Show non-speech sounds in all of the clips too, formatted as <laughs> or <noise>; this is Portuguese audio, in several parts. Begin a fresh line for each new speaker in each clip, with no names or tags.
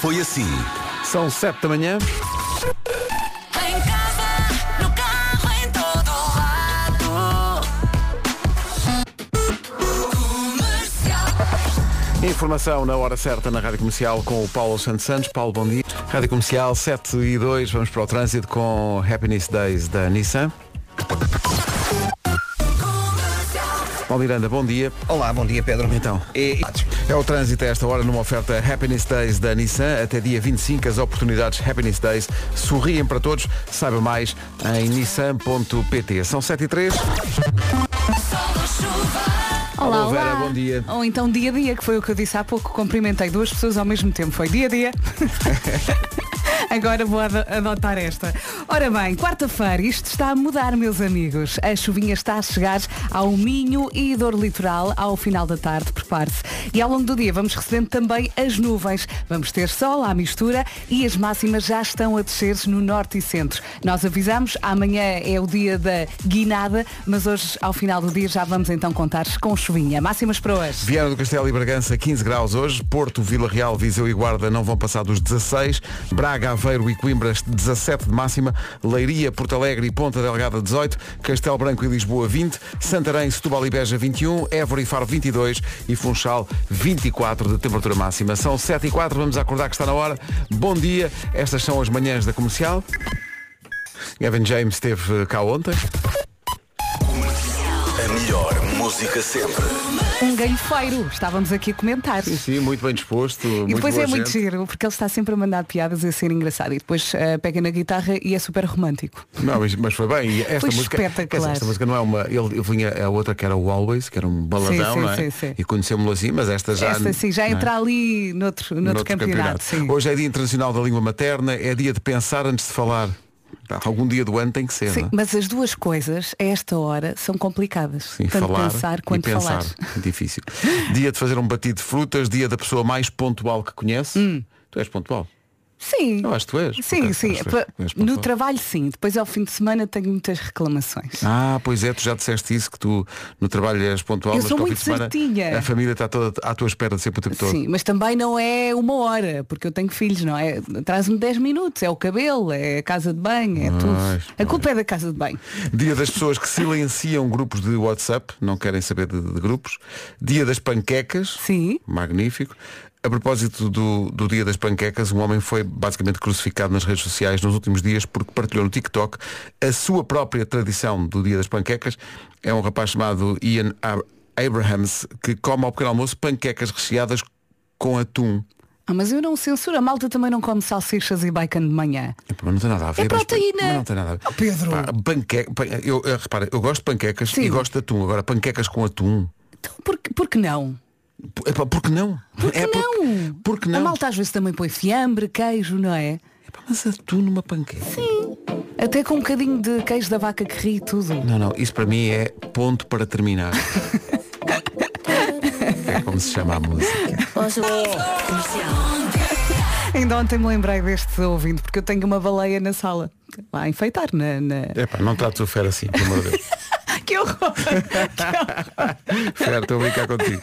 foi assim.
São 7 da manhã.
Tá Em casa, no carro, em todo lado.
Informação na hora certa na Rádio Comercial com o Paulo Santos Santos. Paulo, bom dia. Rádio Comercial 7 e 2, vamos para o trânsito com Happiness Days da Nissan. Paulo Miranda, bom dia.
Olá, bom dia Pedro.
Então.
E-
É o trânsito a esta hora numa oferta Happiness Days da Nissan. Até dia 25 as oportunidades Happiness Days sorriem para todos. Saiba mais em nissan.pt. São 7 e 3.
Sol ou chuva,
Olá,
Alô, Vera,
olá.
bom dia.
Ou então dia-dia, que foi o que eu disse há pouco, cumprimentei duas pessoas ao mesmo tempo.
<laughs>
Foi dia-dia. Agora vou ado- adotar esta. Ora bem, quarta-feira, isto está a mudar, meus amigos. A chuvinha está a chegar ao Minho e Dor Litoral ao final da tarde, prepare-se. E ao longo do dia vamos recebendo também as nuvens. Vamos ter sol à mistura e as máximas já estão a descer no norte e centro. Nós avisamos, amanhã é o dia da guinada, mas hoje, ao final do dia, já vamos então contar com chuvinha. Máximas para hoje.
Viana do Castelo e Bragança 15 graus hoje, Porto, Vila Real, Viseu e Guarda não vão passar dos 16, Braga, Aveiro e Coimbra 17 de máxima, Leiria, Porto Alegre e Ponta Delgada 18, Castelo Branco e Lisboa 20, Santarém, Setúbal e Beja 21, Évora e Faro 22 e Funchal 24 de temperatura máxima. São 7 e 4, vamos acordar que está na hora. Bom dia, estas são as manhãs da comercial. Gavin James esteve eh, cá ontem.
A melhor música sempre.
Um galhofeiro, estávamos aqui a comentar.
Sim, muito bem disposto.
E depois é muito giro, porque ele está sempre a mandar piadas e a ser engraçado. E depois eh, pega na guitarra e é super romântico.
Não, mas, mas foi bem. E esta
Foi
música,
espetacular.
quer dizer, esta música não é uma. Ele, ele vinha a outra que era o Always, que era um baladão,
Sim, sim,
não é?
sim, sim.
E conhecemos-lo assim, mas esta já.
Esta sim, já
não é?
entra ali noutro, noutro,
Noutro
campeonato. sim.
Hoje é Dia Internacional da Língua Materna, é dia de pensar antes de falar. Tá, Algum dia do ano tem que ser,
Sim,
não é?
mas as duas coisas, a esta hora, são complicadas.
Sim,
Tanto
falar
pensar
e
quanto
pensar.
falar.
<laughs> Difícil. Dia de fazer um batido de frutas, dia da pessoa mais pontual que conhece. Tu és pontual.
Sim.
Eu acho que é tu és.
Hum. Sim,
Ok,
sim.
acho que
Pa-
és pontual.
No trabalho sim. Depois ao fim de semana tenho muitas reclamações.
Ah, pois é, tu já disseste isso, que tu no trabalho és pontual,
Eu
mas
sou
que ao fim
muito
de semana
certinha.
a família está toda à tua espera sempre o tempo todo.
Sim, mas também não é uma hora, porque eu tenho filhos, não é? Traz-me 10 minutos, é o cabelo, é a casa de banho, é
Pois,
tudo. A culpa é da casa de banho.
Dia das pessoas que silenciam grupos de WhatsApp, não querem saber de, de grupos. Dia das panquecas,
Sim.
magnífico. A propósito do, do dia das panquecas, um homem foi basicamente crucificado nas redes sociais nos últimos dias porque partilhou no TikTok a sua própria tradição do dia das panquecas. É um rapaz chamado Ian Ab- Abrahams que come ao pequeno almoço panquecas recheadas com atum.
Ah, mas eu não censuro, a malta também não come salsichas e bacon de manhã.
Epá, Mas não tem nada a ver. mas-
É proteína.
mas não tem nada a ver.
Oh, Pedro.
Pá, panque- pan- eu, eu- repara, eu gosto de panquecas
Sim.
e gosto de atum. Agora, panquecas com atum.
Então por que, por que não?
P- Epá, porque não?
Por que
É por-
não?
Porque não?
A malta às vezes também põe fiambre, queijo, não é?
Epá, mas atum numa panqueca.
Até com um bocadinho de queijo da vaca que ri e tudo. <laughs>
Não, não, isso para mim é ponto para terminar. é como se chama a música.
Ainda ontem me lembrei deste ouvindo, porque eu tenho uma baleia na sala. Lá a enfeitar na. na-
Epá, não trates o Fer assim, pelo amor <laughs> de Deus.
<laughs> Que horror! Que horror.
Fer, estou a brincar contigo.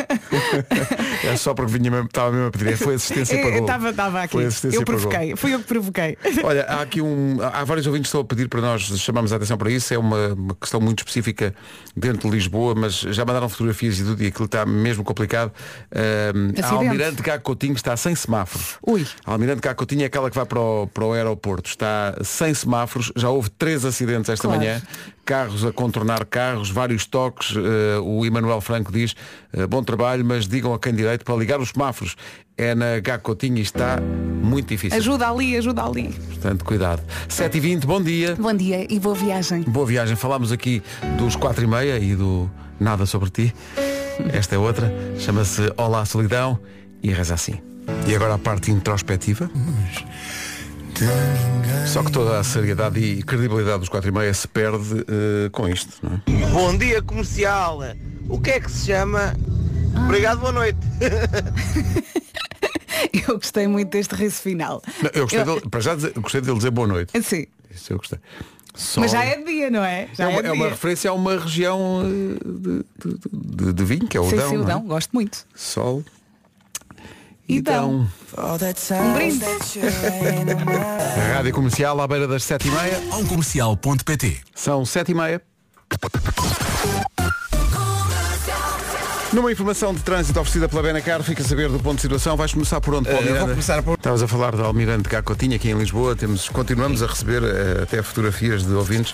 É só porque vinha mesmo, estava mesmo a pedir. é, Foi assistência para
Eu
gol.
estava estava aqui.
Foi assistência
Eu
para gol.
provoquei. Fui eu que provoquei.
Olha, há aqui um. Há vários ouvintes que estão a pedir para nós chamarmos a atenção para isso. É uma, uma questão muito específica dentro de Lisboa, mas já mandaram fotografias e tudo e aquilo está mesmo complicado. Ahm, a
Acidente.
Almirante Caco Coutinho está sem semáforos.
Ui.
A Almirante Caco Coutinho é aquela que vai para o, para o aeroporto. Está sem semáforos. Já houve três acidentes esta
Claro.
manhã. Carros a contornar carros, vários toques. Eh, o Emanuel Franco diz, eh, bom trabalho, mas digam a quem direito para ligar os semáforos. É na Caco Coutinho e está muito difícil.
Ajuda ali, ajuda ali.
Portanto, cuidado. 7h20, bom dia.
Bom dia e boa viagem.
Boa viagem. Falámos aqui dos 4h30 e do Nada Sobre Ti. Esta é outra. Chama-se Olá Solidão e reza assim. E agora a parte introspectiva. Só que toda a seriedade e credibilidade dos 4h30 se perde eh, com isto, não é?
Bom dia comercial. O que é que se chama? Obrigado, boa noite.
<laughs> Eu gostei muito deste riso final.
Não, eu gostei dele, para já dizer, gostei dele dizer boa noite.
Sim.
Isso eu gostei.
Mas
Sol-
já é de dia, não é? Já
É uma,
de
é uma
dia.
referência a uma região eh, de, de- de- de vinho, que é o
Sim,
Dão.
sim, o
não é?
Dão, gosto muito.
Sol.
E dão. Um brinde.
A Rádio Comercial à beira das 7h30.
Ao comercial.pt
São 7h30. Numa informação de trânsito oferecida pela Benacar, fica a saber do ponto de situação. Vais começar por onde, Paulo
Eh, vou
Miranda?
começar por
Estavas a falar do Almirante Gacotinha aqui em Lisboa. Temos, continuamos a receber eh, até fotografias de ouvintes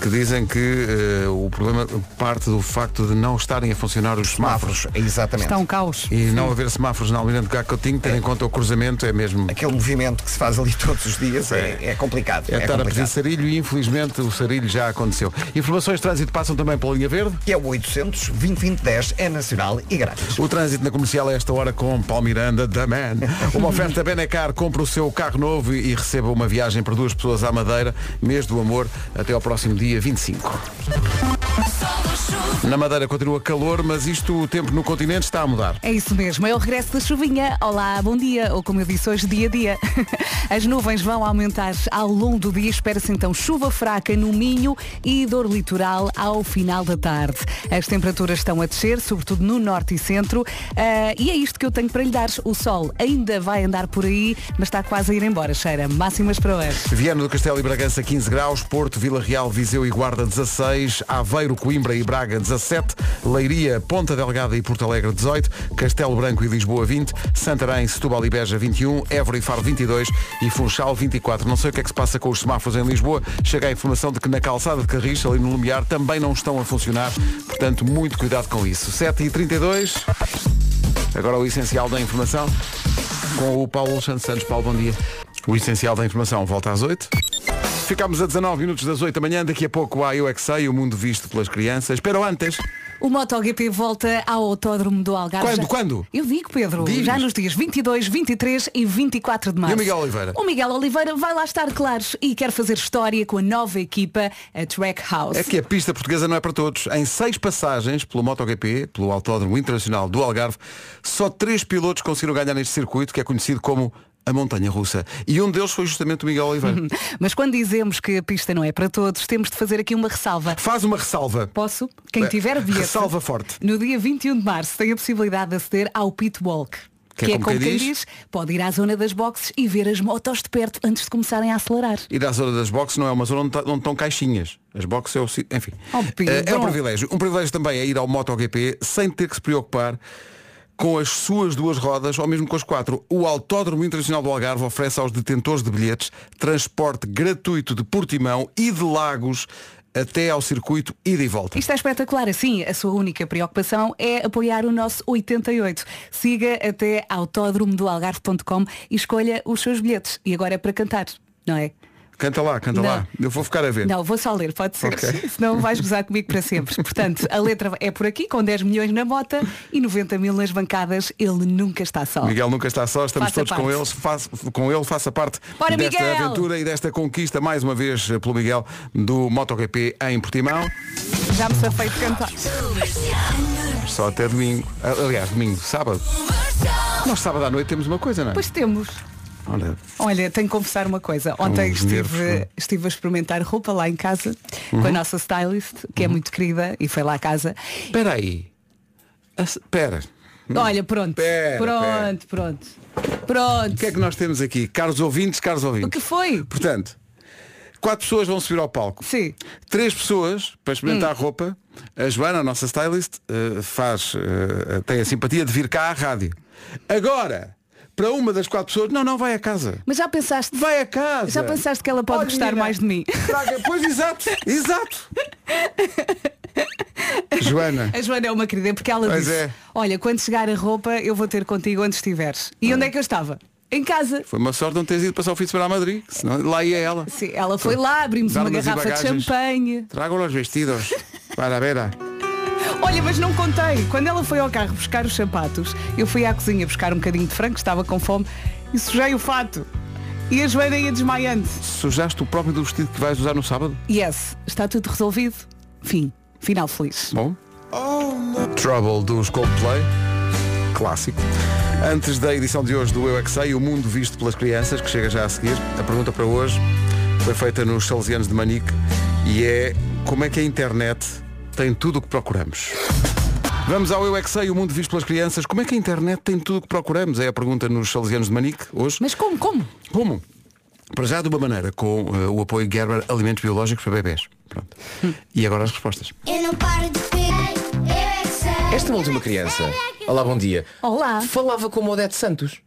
que dizem que eh, o problema parte do facto de não estarem a funcionar os semáforos.
Mafros, exatamente. Eh,
Está um caos.
E não haver semáforos na Almirante Gacotinho, tendo em conta o cruzamento, é mesmo.
Aquele movimento que se faz ali <laughs> todos os dias é, é complicado.
É estar a pedir
complicado.
sarilho e infelizmente o sarilho já aconteceu. Informações de trânsito passam também pela linha verde.
Que é o 800 2010 é nacional e grátis.
O trânsito na comercial a esta hora com Palmiranda, da Man. Uma oferta Benacar, compra o seu carro novo e receba uma viagem para duas pessoas à Madeira, mês do amor, até ao próximo dia 25. Na Madeira continua calor, mas isto, o tempo no continente está a mudar.
É isso mesmo, é o regresso da chuvinha. Olá, bom dia, ou como eu disse hoje, dia a dia. <laughs> As nuvens vão aumentar ao longo do dia, espera-se então chuva fraca no Minho e dor litoral ao final da tarde. As temperaturas estão a descer, sobretudo no norte e centro, Ah, e é isto que eu tenho para lhe dar. O sol ainda vai andar por aí, mas está quase a ir embora, cheira. Máximas para hoje.
Viana do Castelo e Bragança 15 graus, Porto, Vila Real, Viseu e Guarda 16, Aveiro, Coimbra e Braga 17, Leiria, Ponta Delgada e Porto Alegre 18, Castelo Branco e Lisboa 20, Santarém, Setúbal e Beja 21, Évora e Faro 22 e Funchal 24. Não sei o que é que se passa com os semáforos em Lisboa, chega a informação de que na calçada de Carris, ali no Lumiar, também não estão a funcionar, portanto muito cuidado com isso. 7 e 32 agora o essencial da informação com o Paulo Santos Santos. Paulo, bom dia. O essencial da informação volta às 8. Ficámos a 19 minutos das 8 da manhã, daqui a pouco há Eu É Que Sei, o mundo visto pelas crianças. Pero antes,
O MotoGP volta ao Autódromo do Algarve.
Quando?
Já-
Quando?
Eu digo, Pedro,
Diz-nos.
já nos dias 22, 23 e 24 de março.
E o Miguel Oliveira?
O Miguel Oliveira vai lá estar, claros, e quer fazer história com a nova equipa, a Track House.
é que a pista portuguesa não é para todos. Em seis passagens pelo MotoGP, pelo Autódromo Internacional do Algarve, só três pilotos conseguiram ganhar neste circuito, que é conhecido como a Montanha Russa. E um deles foi justamente o Miguel Oliveira.
Mas quando dizemos que a pista não é para todos, temos de fazer aqui uma ressalva.
Faz uma ressalva.
Posso? Quem
Eh,
tiver bilhete,
ressalva forte.
no dia 21 de março, tem a possibilidade de aceder ao Pit Walk.
Que é como quem diz,
pode ir à zona das boxes e ver as motos de perto antes de começarem a acelerar.
Ir à zona das boxes não é uma zona onde, tá- onde estão caixinhas. As boxes é o sítio. Enfim.
Oh, Pedro.
Eh, é um privilégio. Um privilégio também é ir ao MotoGP sem ter que se preocupar com as suas duas rodas ou mesmo com as quatro. O Autódromo Internacional do Algarve oferece aos detentores de bilhetes transporte gratuito de Portimão e de Lagos até ao circuito ida e volta.
Isto é espetacular, assim, a sua única preocupação é apoiar o nosso 88. Siga até autódromodoalgarve.com e escolha os seus bilhetes. E agora é para cantar, não é?
Canta lá, canta
Não.
lá. Eu vou ficar a ver.
Não, vou só ler, pode ser.
Ok.
<laughs> Senão vais gozar comigo para sempre. Portanto, a letra é por aqui, com 10 milhões na mota e 90 mil nas bancadas, ele nunca está só.
Miguel nunca está só, estamos
Faça
todos com,
parte.
eles, faça- com ele, faça parte
Bora,
desta
Miguel!
aventura e desta conquista, mais uma vez eh, pelo Miguel, do MotoGP em Portimão.
Já me safei de cantar.
Só até domingo. Ah, Aliás, domingo, sábado. Nós sábado à noite temos uma coisa, não é?
Pois temos.
Olha,
Olha, tenho que confessar uma coisa. Ontem
os
estive,
É um nervos, não? é? Uhum.
estive a experimentar roupa lá em casa com a nossa stylist, que é muito querida, e foi lá a casa.
espera aí. Ah, se- Espera.
Olha, pronto.
Hum. Pera,
pronto, pronto. Pronto.
O que é que nós temos aqui? Caros ouvintes, caros
O que
ouvintes.
foi?
Portanto, quatro pessoas vão subir ao palco.
Sim.
Três pessoas para experimentar a
Hum.
roupa. A Joana, a nossa stylist, eh, faz, eh, tem a simpatia de vir cá à rádio. Agora, para uma das quatro pessoas, não, não, vai a casa.
Mas já pensaste?
Vai a casa.
Já pensaste que ela pode
Olha,
gostar
menina,
mais de mim?
traga- Pois exato, exato. Joana,
A Joana é uma querida porque ela
Pois
disse,
é.
olha, quando chegar a roupa eu vou ter contigo onde estiveres. E onde é que eu estava? Em casa.
foi uma sorte não teres ido passar o fim de semana a Madrid, senão lá ia ela.
Sim, ela foi lá, abrimos uma
Armas e
garrafa de
bagagens.
champanhe.
Tragam os vestidos para a beira.
Olha, mas não contei. Quando ela foi ao carro buscar os sapatos, eu fui à cozinha buscar um bocadinho de frango, estava com fome, e sujei o fato. E a Joana ia desmaiando.
Sujaste o próprio do vestido que vais usar no sábado?
Yes, está tudo resolvido. Fim. Final feliz.
Bom. Trouble dos Coldplay. Clássico. Antes da edição de hoje do Eu é Que Sei, o mundo visto pelas crianças, que chega já a seguir, a pergunta para hoje foi feita nos Salesianos de Manique e é como é que a internet tem tudo o que procuramos? Vamos ao Eu É Que Sei, o mundo visto pelas crianças. Como é que a internet tem tudo o que procuramos? É a pergunta nos Salesianos de Manique, hoje.
Mas como, como?
Como? Para já de uma maneira, com eh, o apoio Gerber Alimentos Biológicos para Bebés. Pronto. E agora as respostas.
Eu não paro de pegar. Eu é que sei. é
Esta última criança. Olá, bom dia.
Olá.
Falava como
<laughs>
Odete Santos.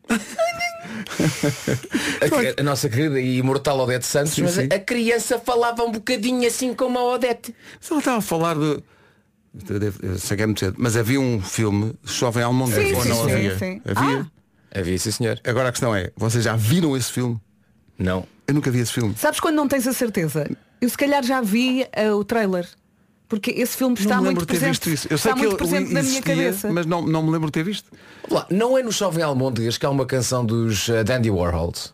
A, cri- a nossa querida e imortal Odete Santos,
Sim,
mas a-
sim.
a criança falava um bocadinho assim como a Odete.
Se ela estava a falar de. Eu devo- eu sei que é muito cedo, mas havia um filme, Jovem Almondra,
Sim,
ou
sim,
não
sim,
havia?
sim. Ah!
Havia.
Havia, sim senhor.
Agora a questão é, vocês já viram esse filme?
Não.
Eu nunca vi esse filme.
Sabes quando não tens a certeza? Eu se calhar já vi ah, o trailer. Porque esse filme está
não me
muito
lembro de ter
presente.
visto isso. Eu sei
está
que
muito
ele
presente na minha
existia,
cabeça.
mas não, não me lembro de ter visto.
Olá, não é no Jovem Almôndegas que há uma canção dos eh, Dandy Warhols?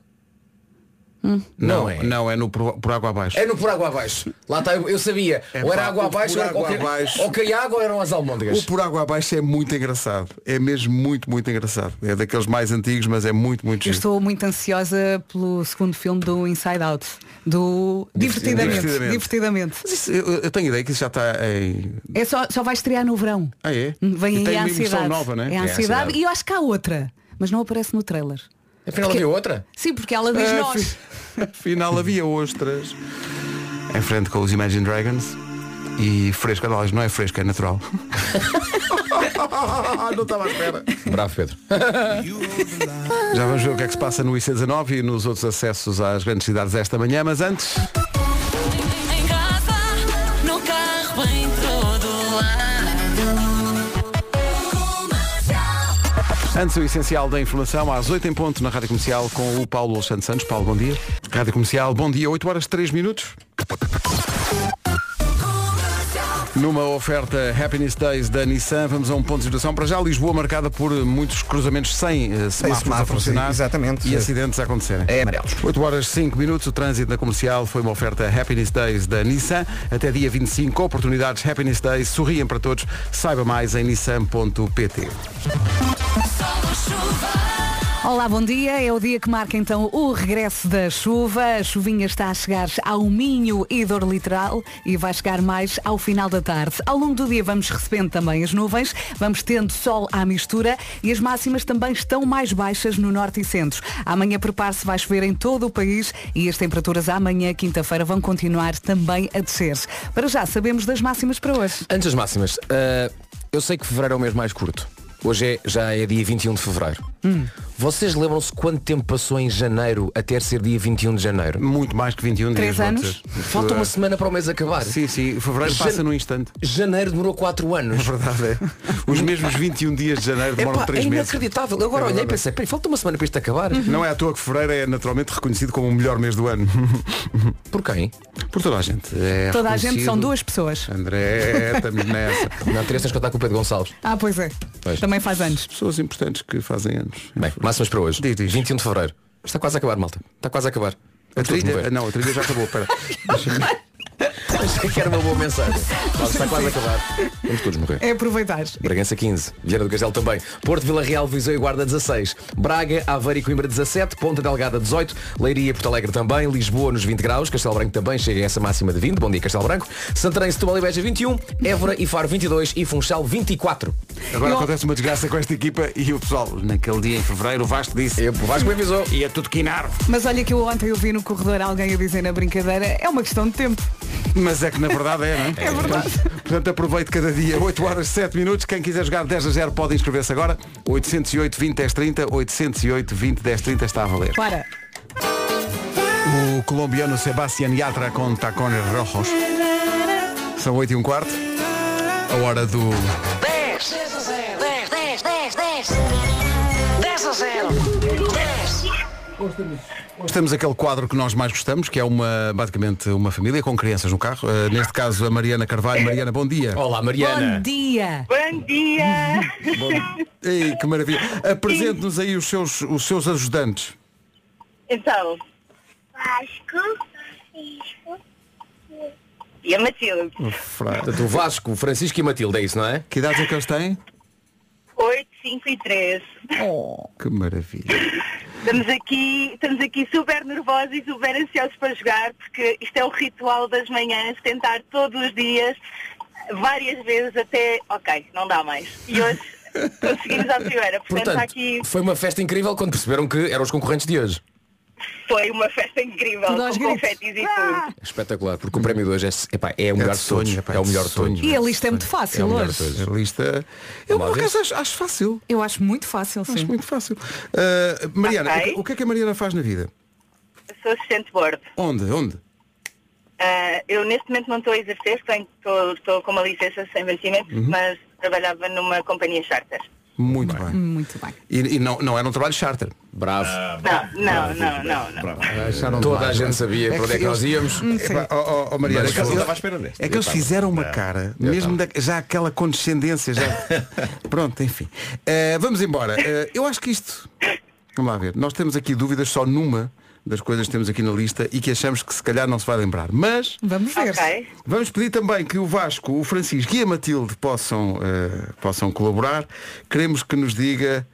Não, é.
Hum. Não, é no Por, Por Água Abaixo.
É no Por Água Abaixo. Lá está, eu, eu sabia.
É
ou era
pá,
água
o
abaixo,
Por
ou,
Água
ou, que-
Abaixo.
ou caía água ou eram as almôndegas.
O Por Água Abaixo é muito engraçado. É mesmo muito, muito engraçado. É daqueles mais antigos, mas é muito, muito
Eu
giro.
estou muito ansiosa pelo segundo filme do Inside Out. Do Divertidamente.
Divertidamente.
Divertidamente.
Mas isso- eu, eu tenho ideia que isso já está em.
É só, só vai estrear no verão.
Ah, é?
Vem
E
aí
tem
a
uma emoção
ansiedade.
nova, né?
É
É
a
a
ansiedade. E eu acho que há outra. Mas não aparece no trailer.
É
Afinal havia outra?
Sim, porque ela diz
Ah,
nós.
fi- Afinal havia ostras. Em frente com os Imagine Dragons. E fresca, aliás, não é fresca, é natural. <laughs> não estava à espera.
Bravo, Pedro.
Já vamos ver o que é que se passa no IC19 e nos outros acessos às grandes cidades esta manhã, mas antes.
Em casa, no carro, em todo lado.
Antes o essencial da informação, às 8 em ponto na Rádio Comercial com o Paulo Alexandre Santos. Paulo, bom dia. Rádio Comercial, bom dia, 8 horas 3 minutos. Numa oferta Happiness Days da Nissan, vamos a um ponto de situação. Para já, Lisboa marcada por eh, muitos cruzamentos sem eh, semáforos, a
semáforos,
funcionar
exatamente.
e acidentes a acontecerem.
É amarelo.
8 horas 5 minutos, o trânsito na comercial foi uma oferta Happiness Days da Nissan. Até dia 25, oportunidades Happiness Days, sorriem para todos. Saiba mais em nissan.pt.
Sol ou chuva.
Olá, bom dia. É o dia que marca então o regresso da chuva. A chuvinha está a chegar ao Minho e Dor Litoral e vai chegar mais ao final da tarde. Ao longo do dia vamos recebendo também as nuvens, vamos tendo sol à mistura e as máximas também estão mais baixas no norte e centro. Amanhã prepare-se, vai chover em todo o país e as temperaturas amanhã, quinta-feira, vão continuar também a descer. Para já sabemos das máximas para hoje.
Antes das máximas, ah, eu sei que fevereiro é o mês mais curto. Hoje é- já é dia 21 de fevereiro. Vocês lembram-se quanto tempo passou em janeiro até ser dia 21 de janeiro?
Muito mais que 21
Três
dias. vou
anos?
dizer. Eh,
Falta uma semana para o mês acabar.
Sim, sim, fevereiro passa
Jan-
num instante.
Janeiro demorou 4 anos.
Verdade é. Os mesmos 21 dias de janeiro demoram
Epá, é
3 meses.
inacreditável. Eu Agora olhei e pensei, peraí, falta uma semana para isto acabar.
Não é à toa que fevereiro é naturalmente reconhecido como o melhor mês do ano.
Por quem?
Por toda a gente. É
Toda a gente
reconhecido.
são duas pessoas.
André, estamos nessa.
Não, Teresa, tens que contar com o Pedro Gonçalves.
Ah, pois é.
Pois.
Também faz anos.
Pessoas importantes que fazem anos.
Bem, máximas para hoje.
Diz, diz.
21 de fevereiro. Está quase a acabar, malta. Está quase a acabar.
A
Vamos todos
trilha,
mover.
não, a trilha já acabou, pera.
<laughs> Achei que era uma boa mensagem. Olha, está quase a acabar. Vamos todos morrer.
É aproveitar.
Bragança 15, Vieira do Castelo também, Porto, Vila Real, Viseu e Guarda 16, Braga, Aveiro e Coimbra 17, Ponta Delgada 18, Leiria e Porto Alegre também, Lisboa nos 20 graus, Castelo Branco também chega a essa máxima de 20, bom dia Castelo Branco, Santarém, Setúbal e Beja 21, Évora e Faro 22 e Funchal 24.
Agora
Eu-
acontece uma desgraça com esta equipa e o pessoal, naquele dia em fevereiro, o Vasco disse.
E o Vasco me avisou.
E é tudo quinar.
Mas olha que eu ontem eu vi no corredor alguém a dizer na brincadeira, é uma questão de tempo.
Mas é que na verdade é, não é? É verdade. Portanto, aproveite cada dia. 8 horas, 7 minutos. Quem quiser jogar 10 a 0 pode inscrever-se agora. 808 20 10 30. 808 20 10 30 está a valer.
Para.
O colombiano Sebastián Yatra com tacones rojos. São 8 e um quarto. A hora do...
10 a 0. 10, 10, 10, 10. 10 a 0. 10.
Temos aquele quadro que nós mais gostamos, que é uma, basicamente uma família com crianças no carro. Eh, neste caso, a Mariana Carvalho. Mariana, bom dia.
Olá
Bom
É, né?
Mariana.
dia.
Bom dia!
Ei, que maravilha. Apresente-nos aí os seus, os seus ajudantes.
Então,
Vasco, Isco,
e a Matilde?
Portanto, o Vasco, o Francisco e a Matilde, é isso, não é?
Que idades é que eles têm?
8, 5 e 3.
Que maravilha.
Estamos aqui, estamos aqui super nervosos e super ansiosos para jogar, porque isto é o ritual das manhãs, tentar todos os dias várias vezes até, ok, não dá mais. E hoje conseguimos à primeira. Portanto,
Portanto,
aqui
foi uma festa incrível quando perceberam que eram os concorrentes de hoje.
foi uma festa incrível,
Tudo aos
com
gritos. Ah!
confetis e tudo.
Espetacular, porque o prémio de hoje é, epá, é o melhor
de
de todos.
sonho, epá,
é o
de
melhor de
sonho.
todos.
E a lista é muito fácil
É o melhor de
hoje.
todos.
A lista. Eu por
Vamos lá
acaso acho, acho fácil.
Eu acho muito fácil, sim.
Acho muito fácil. Ah, Mariana,
Ok.
o que- o que é que a Mariana faz na vida?
Sou assistente de bordo.
Onde? Onde?
Ah, eu neste momento não estou a exercer, tenho- estou estou com uma licença sem vencimento,
Uhum.
mas trabalhava numa companhia charter.
Muito bem.
Muito bem.
E, e não, não era um trabalho charter.
Bravo.
Não, não, não, não, não.
Toda a gente sabia para onde é que nós íamos.
Epá, ó, ó, ó, Mariana,
Mas
é que
eu
eles-
estava à espera deste.
É que
Eu
eles
estava.
fizeram uma cara, mesmo da- já aquela condescendência, já. <laughs> Pronto, enfim. Eh, vamos embora. Eh, eu acho que isto. Vamos lá ver. Nós temos aqui dúvidas só numa das coisas que temos aqui na lista e que achamos que se calhar não se vai lembrar. Mas
Vamos ver.
Ok.
Vamos pedir também que o Vasco, o Francisco e a Matilde possam, eh, possam colaborar. Queremos que nos diga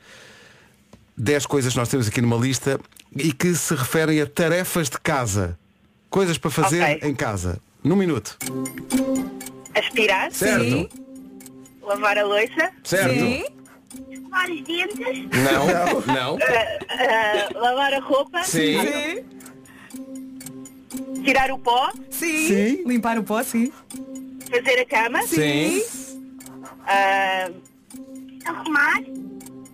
10 coisas que nós temos aqui numa lista e que se referem a tarefas de casa. Coisas para fazer
Ok.
em casa. Num minuto.
Aspirar,
Sim.
lavar a louça,
Certo.
Sim.
Lavar os
<laughs>
dentes.
Não, É. não.
ah, lavar a roupa,
Sim.
Sim.
tirar o pó,
Sim.
Sim.
Limpar o pó, sim.
fazer a cama,
Sim.
ah,
Arrumar.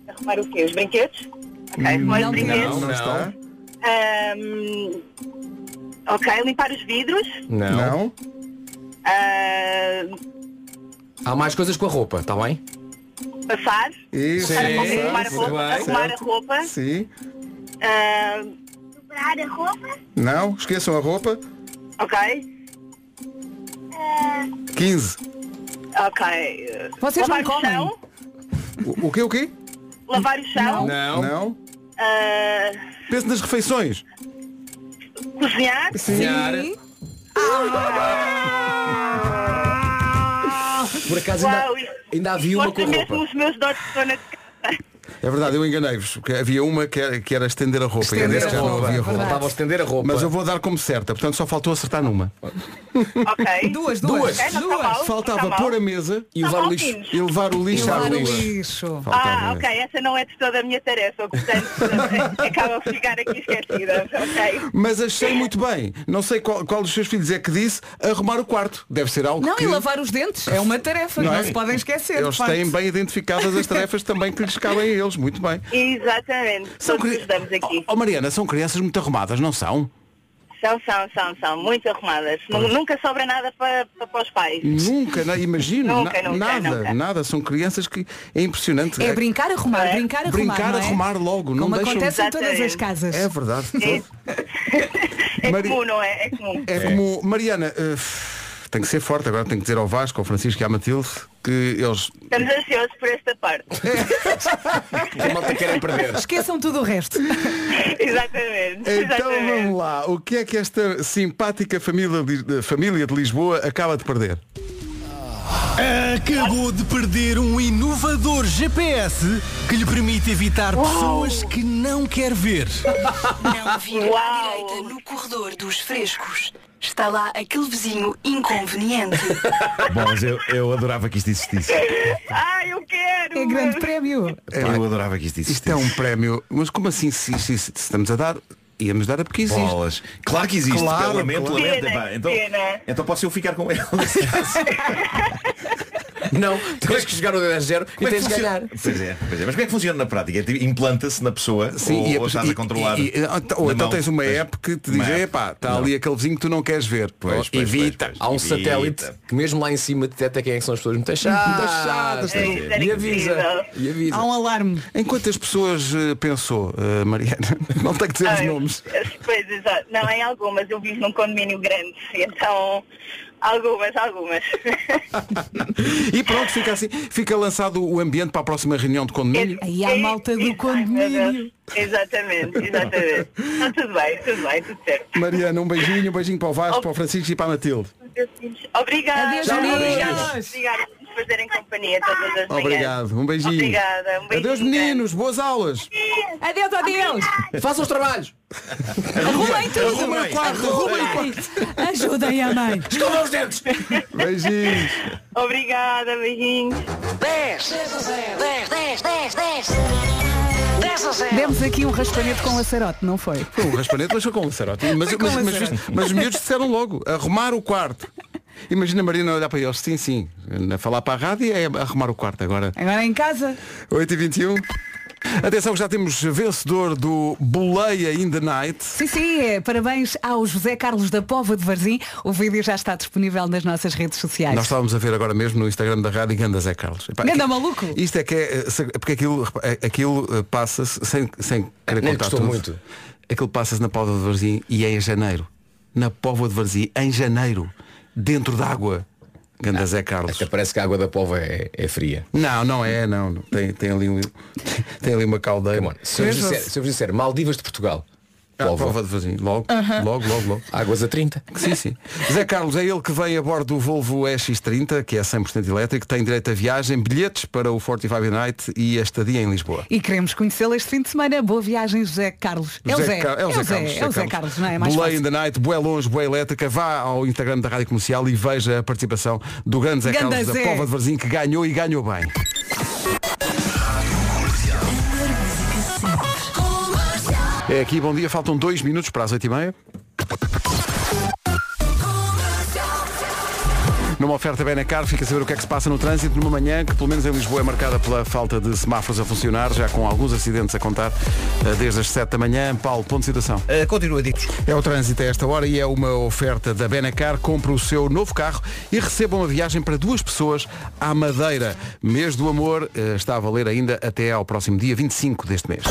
arrumar o quê? Os brinquedos? Ok, arrumar os brinquedos.
Hum, Não, não.
está?
Ahm, ok, limpar os vidros. ah,
Não.
Não?
ahm,
Há mais coisas com a roupa, está bem?
passar.
Isso.
Sim.
arrumar a roupa.
bem.
Arrumar a roupa.
Sim.
ahm,
Dobrar a roupa.
Não? Esqueçam a roupa.
eh, ok.
15.
Ok.
Vocês
lavar
não
o
comem?
chão.
O, o quê? O quê?
Lavar o chão.
Não.
Não?
ah,
Pense nas refeições.
cozinhar.
Cozinhar. Por acaso ainda,
Uau, isto-
ainda havia uma com
Mostra mesmo
roupa.
os meus dotes de dona de casa.
É verdade, eu enganei-vos. porque Havia uma que era, que era estender a roupa.
um
e
Estender
neste
a
já não
roupa,
havia
verdade.
Estava a estender a roupa.
Mas eu vou dar como certa, portanto só faltou acertar numa.
Ok.
Duas, duas.
Ok, não está mal.
Faltava
Está
pôr a
mal.
mesa Tá
E levar o lixo.
Altinhos.
e levar o lixo à
Limpar o
rua.
lixo.
Faltava
Ah,
esse.
ok, essa não é de toda a minha tarefa, portanto, <laughs> acaba por ficar aqui esquecida. Ok.
Mas achei muito bem. Não sei qual, qual dos seus filhos é que disse arrumar o quarto. Deve ser algo
Não,
que
e lavar os dentes é uma tarefa,
Não
não,
é?
se podem esquecer. de
eles
facto.
têm bem identificadas as tarefas também que lhes cabem a eles. Muito bem.
Exatamente. Todos
cri-
nos damos aqui.
Oh, oh, Mariana, são crianças muito arrumadas, não são?
São, são, são, são. Muito arrumadas. Nu- Nunca sobra nada para, para, para os pais.
Nunca, não, imagino.
Nunca,
na-
nunca,
nada,
nunca.
nada. São crianças que é impressionante.
É brincar, arrumar,
É?
brincar, arrumar.
Brincar,
não é?
arrumar logo, não
Como
deixam-
acontece em todas as
Exatamente.
casas.
É verdade.
É
Mari-
comum, não é? É comum.
É como, Mariana, eh, tem que ser forte, agora tem que dizer ao Vasco, ao Francisco e à Matilde que eles
Estamos ansiosos por esta parte.
<laughs>
A malta querem <laughs> perder.
Esqueçam tudo o resto.
Exatamente.
Então
exatamente.
vamos lá, o que é que esta simpática família, de- família de Lisboa acaba de perder?
Acabou de perder um inovador GPS que lhe permite evitar pessoas que não quer ver.
Não vira à
Uau.
direita no corredor dos frescos. Está lá aquele vizinho inconveniente.
Bom, mas eu, eu adorava que isto existisse.
Ah, eu quero!
É <laughs> grande prémio.
Eu adorava que isto
Isto é um prémio, mas como assim se, se- se estamos a dar, íamos dar a porque existe.
Bolas. Claro que existe.
Claro,
pá, lamento,
claro.
lamento.
Pena,
pá. Então,
pena.
então posso eu ficar <laughs> com ele.
Não, tens que chegar no 10 a 0 e tens que ganhar.
Pois é, pois é. Mas como é que funciona na prática? Tipo, Implanta-se na pessoa ou,
e a
ou
pessoa-
estás
e-
a controlar?
e- e- ou então- ou
na
então
mão?
tens uma
Pois.
app que te
Uma
diz,
app.
epá, está
Não.
ali aquele vizinho que tu não queres ver.
Pois,
Oh,
pois,
evita.
pois, pois.
Há um satélite
Evita.
que mesmo lá em cima detecta quem é que são as pessoas muito chatas.
Muito chatas,
É,
tudo.
E avisa. E avisa.
Há um alarme.
Enquanto as pessoas eh, pensou, eh, Mariana, <laughs> não tem que dizer os
Ah, eu-
nomes.
Pois, exato. Não, em algumas. Eu vivo num condomínio grande. Então, algumas, algumas.
E pronto, fica assim, fica lançado o ambiente para a próxima reunião de condomínio.
Aí há a malta do
Ai, meu
condomínio.
Deus. Exatamente, exatamente. Está tudo bem, tudo bem, tudo certo.
Mariana, um beijinho, um beijinho para o Vasco, para o Francisco e para a Matilde.
Obrigada.
Adeus, amigos.
obrigada. Obrigada. fazerem companhia todas as manhãs.
Obrigado, um beijinho.
Obrigada, um beijinho.
Adeus meninos, boas aulas.
Adeus, adeus.
Façam os trabalhos.
Arrumem tudo.
Arrumem o quarto,
um
arrumem o quarto.
Ajudem a mãe.
Escovam os dentes.
<laughs>
Beijinhos.
Obrigada, beijinhos.
10 a 0. 10, 10, 10, 10. 10 a 0.
Demos aqui um raspanete com laçarote, não foi?
Foi um raspanete, mas foi com um laçarote. Mas,
Foi com
mas, mas,
laçarote.
viste- mas os miúdos disseram logo, arrumar o quarto. Imagina a Marina olhar para eles, sim, sim, a falar para a rádio é arrumar o quarto agora.
Agora em casa.
8h21. Atenção que já temos vencedor do Boleia in the Night.
Sim, sim, é. parabéns ao José Carlos da Pova de Varzim. O vídeo já está disponível nas nossas redes sociais.
Nós estávamos a ver agora mesmo no Instagram da rádio Ganda Zé Carlos. Epá,
Ganda
que-
maluco.
Isto é que é. eh, se- Porque aquilo, repa- eh, aquilo eh, passa-se sem, sem querer
Nem
contar
custou
tudo.
muito.
Aquilo passa-se na Póvoa de Varzim e é em janeiro. Na Póvoa de Varzim, em janeiro. Dentro d'água. Ganda Zé Carlos.
Até parece Ah, é que a água da pova é, é fria.
Não, não é, não. não. Tem, tem, ali, um- <laughs> tem ali uma caldeira.
Come on. Se eu vos
Mesmo- assim,
disser, se eu vos disser Maldivas de Portugal,
Ah,
Póvoa.
Póvoa de Varzim. Logo, logo, logo, logo.
águas a 30.
Sim, sim. Zé Carlos é ele que veio a bordo do Volvo EX30, que é 100% elétrico, tem direito a viagem, bilhetes para o 45 Night e a estadia em Lisboa.
E queremos conhecê-lo este fim de semana. Boa viagem, José Carlos. É o Zé.
Car-
É o Zé. É o Zé Carlos, não é? É mais
Belém
fácil.
in the Night, boé longe, boé elétrica, vá ao Instagram da Rádio Comercial e veja a participação do grande Zé
Ganda
Carlos
Zé.
da Pova de Varzim, que ganhou e ganhou bem. É aqui, bom dia, faltam dois minutos para as 8h30. Numa oferta Benacar, fica a saber o que é que se passa no trânsito numa manhã que, pelo menos em Lisboa, é marcada pela falta de semáforos a funcionar, já com alguns acidentes a contar eh, desde as 7 da manhã. Paulo, ponto de situação.
Eh, continua dito.
É o trânsito a esta hora e é uma oferta da Benacar. Compre o seu novo carro e receba uma viagem para duas pessoas à Madeira. Mês do Amor eh, está a valer ainda até ao próximo dia 25 deste mês.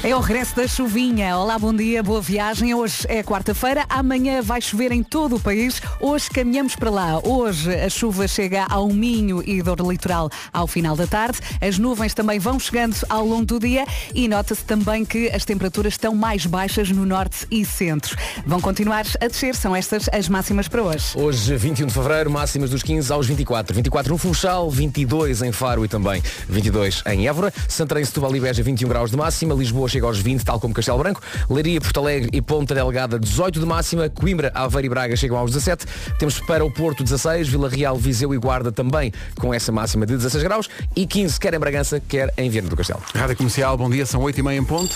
É o regresso da chuvinha. Olá, bom dia, boa viagem. Hoje é quarta-feira, amanhã vai chover em todo o país. Hoje caminhamos para lá. Hoje a chuva chega ao Minho e dor litoral ao final da tarde. As nuvens também vão chegando ao longo do dia e nota-se também que as temperaturas estão mais baixas no norte e centro. Vão continuar a descer, são estas as máximas para hoje.
Hoje, 21 de Fevereiro, máximas dos 15 aos 24. 24 no Funchal, 22 em Faro e também 22 em Évora. Santarém, Setúbal e Beja, 21 graus de máxima. Lisboa chega aos 20, tal como Castelo Branco. Leiria, Porto Alegre e Ponta Delgada, 18 de máxima. Coimbra, Aveiro e Braga chegam aos 17. Temos para o Porto, 16. Vila Real, Viseu e Guarda também com essa máxima de 16 graus. E 15, quer em Bragança, quer em Viana do Castelo.
Rádio Comercial, bom dia, são 8h30 em ponto.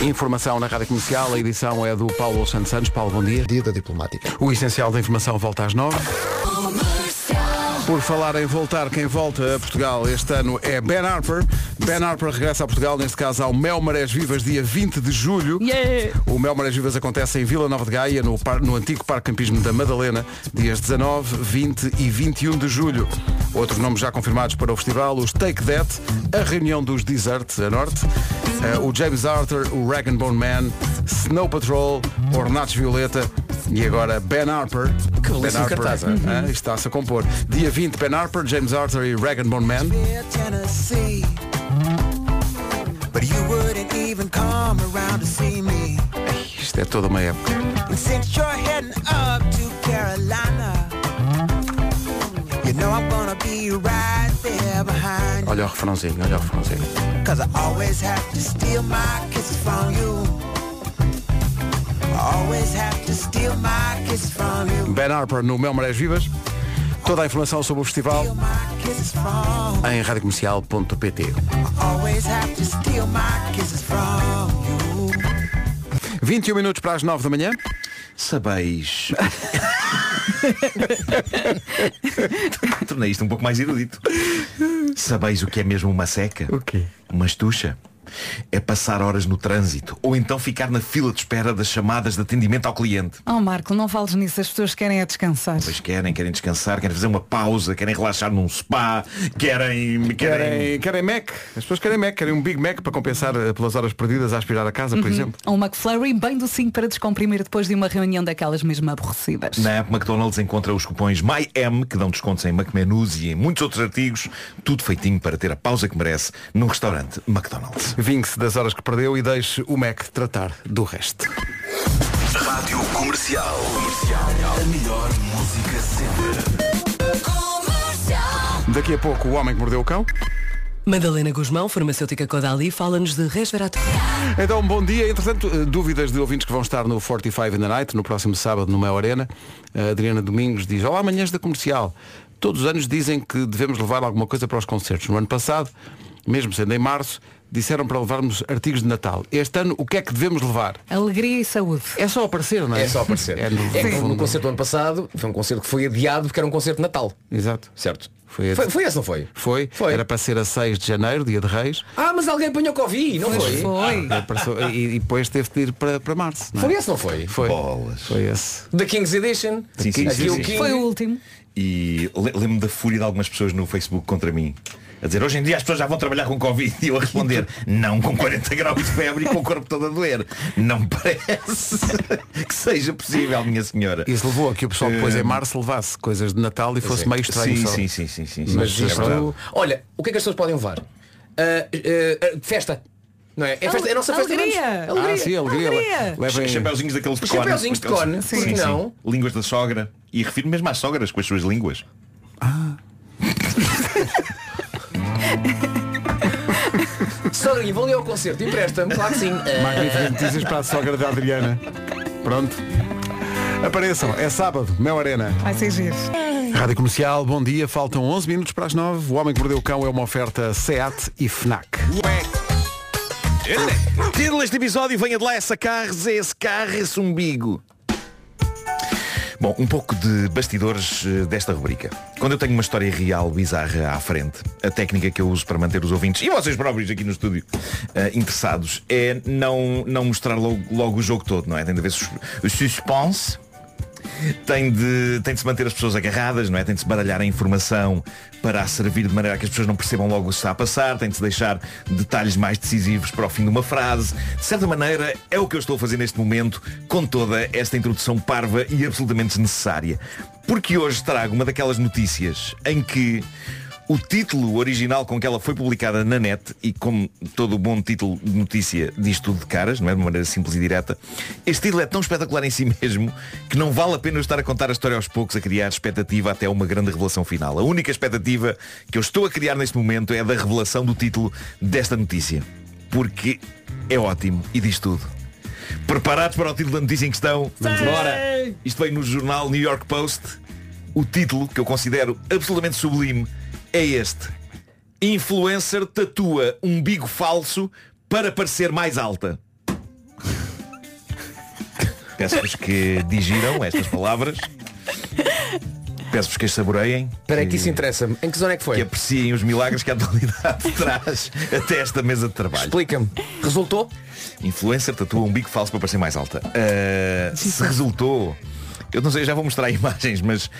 Informação na Rádio Comercial, a edição é do Paulo Santos Santos. Paulo, bom dia.
Dia da diplomática.
O essencial da informação volta às 9. Por falar em voltar, quem volta a Portugal este ano é Ben Harper. Ben Harper regressa a Portugal, neste caso ao Mel Marés Vivas, dia 20 de julho. O Mel Marés Vivas acontece em Vila Nova de Gaia, no, par- no antigo Parque Campismo da Madalena, dias 19, 20 e 21 de julho. Outros nomes já confirmados para o festival, os Take That, a reunião dos Desert, a norte, eh, o James Arthur, o Rag and Bone Man, Snow Patrol, Ornatos Violeta e agora Ben Harper.
Que
ben
belíssimo cartaz,
Harper, ah, Está-se a compor. Dia 20, Ben Harper, James Arthur e Rag and Bone Man. Isto é toda uma época. Olha o refrãozinho, olha o refrãozinho.
Cause I always have to steal my kiss from you. I always have to steal my kiss from you.
Ben Harper no Mel Marés Vivas. Toda a informação sobre o festival
Steal my kisses from.
em radiocomercial.pt
I always have to steal my kisses from you.
21 minutos para as 9 da manhã.
<laughs>
Sabeis. Tornei isto um pouco mais erudito. Sabeis o que é mesmo uma seca? O quê? Uma estucha. É passar horas no trânsito ou então ficar na fila de espera das chamadas de atendimento ao cliente.
Oh Marco, não fales nisso, as pessoas querem é descansar.
Pois querem, querem descansar, querem fazer uma pausa, querem relaxar num spa, querem. querem.
Querem, querem Mac. As pessoas querem Mac. Querem um Big Mac para compensar eh, pelas horas perdidas a aspirar a casa, por exemplo.
Um McFlurry bem docinho para descomprimir depois de uma reunião daquelas mesmo aborrecidas.
Na app né? McDonald's encontra os cupons MyM que dão descontos em McMenus e em muitos outros artigos, tudo feitinho para ter a pausa que merece num restaurante McDonald's.
Vingue-se das horas que perdeu e deixe o Mac tratar do resto.
Rádio Comercial. Comercial. A melhor música sempre. Comercial.
Daqui a pouco o homem que mordeu o cão.
Madalena Guzmão, farmacêutica Codali, fala-nos de resveratrol.
Então, bom dia. Entretanto, eh, dúvidas de ouvintes que vão estar no 45 in the Night, no próximo sábado, numa arena. A Adriana Domingos diz, olá, manhãs da comercial. Todos os anos dizem que devemos levar alguma coisa para os concertos. No ano passado, mesmo sendo em março, disseram para levarmos artigos de Natal. Este ano, o que é que devemos levar?
Alegria e saúde.
É só aparecer, não é?
É só aparecer.
É no-
<laughs> É que
Sim.
no concerto do ano passado, foi um concerto que foi adiado porque era um concerto de Natal.
Exato.
Certo.
Foi,
Foi- foi esse, não foi?
Foi. Era para ser a 6 de janeiro, dia de Reis.
Ah, mas alguém apanhou Covid, não foi?
Ah, apareceu- e, e depois teve de ir para, para março. é?
Foi esse, não foi?
Foi. Foi esse.
The King's Edition.
Sim, sim,
Aqui
sim,
o
sim.
King.
Foi o último.
E le- lembro da fúria de algumas pessoas no Facebook contra mim. A dizer, hoje em dia as pessoas já vão trabalhar com Covid. E eu a responder, não com 40 graus de febre e com o corpo todo a doer. Não <laughs> me parece que seja possível, minha senhora.
Isso levou a que o pessoal depois em março levasse coisas de Natal e fosse meio é estranho
Eh, é. Sim,
só.
sim, sim, sim, sim, sim.
Mas
É
isto-
verdade.
Olha, o que é que as pessoas podem levar? Ah, ah, ah, festa. Não é? É, festa, é a nossa festa de anos.
Alegria.
Alegria.
Ah, sim, alegria.
Alegria.
Levem-
Os Chapeuzinhos daqueles de
Os
cone.
chapeuzinhos de cone,
Sim,
porque
sim.
não?
Línguas da sogra. E refiro mesmo às sogras com as suas línguas.
Sogrinha, vou ali ao concerto, empresta-me, claro que sim. Ah,
Magníficas notícias para a sogra da Adriana. Pronto. Apareçam, é sábado, Mel Arena.
Vai ser giro.
Rádio Comercial, bom dia. Faltam 11 minutos para as 9. O Homem que Mordeu o Cão é uma oferta SEAT e FNAC.
Título deste episódio venha de lá essa carros, esse carro, esse umbigo. Bom, um pouco de bastidores eh, desta rubrica. Quando eu tenho uma história real bizarra à frente, a técnica que eu uso para manter os ouvintes e vocês próprios aqui no estúdio eh, interessados é não, não mostrar logo, logo o jogo todo, não é? Tem de haver sus- suspense. Tem de, tem de se manter as pessoas agarradas, não é? Tem de se baralhar a informação para a servir de maneira que as pessoas não percebam logo o que está a passar, tem de se deixar detalhes mais decisivos para o fim de uma frase. De certa maneira, é o que eu estou a fazer neste momento com toda esta introdução parva e absolutamente desnecessária. Porque hoje trago uma daquelas notícias em que o título original com que ela foi publicada na net, e como todo bom título de notícia diz tudo de caras, não é? De uma maneira simples e direta, este título é tão espetacular em si mesmo que não vale a pena eu estar a contar a história aos poucos, a criar expectativa até uma grande revelação final. A única expectativa que eu estou a criar neste momento é a da revelação do título desta notícia. Porque é ótimo e diz tudo. Preparados para o título da notícia em questão?
Vamos embora.
Isto vem no jornal New York Post. O título, que eu considero absolutamente sublime, é este. Influencer tatua umbigo falso para parecer mais alta. Peço-vos que digiram estas palavras. Peço-vos que as saboreiem.
Espera aí que isso interessa-me. Em que zona é que foi?
Que apreciem os milagres que a atualidade <laughs> traz até esta mesa de trabalho.
Explica-me. Resultou?
Influencer tatua um bico falso para parecer mais alta. Uh, se resultou, eu não sei, já vou mostrar <laughs> imagens, mas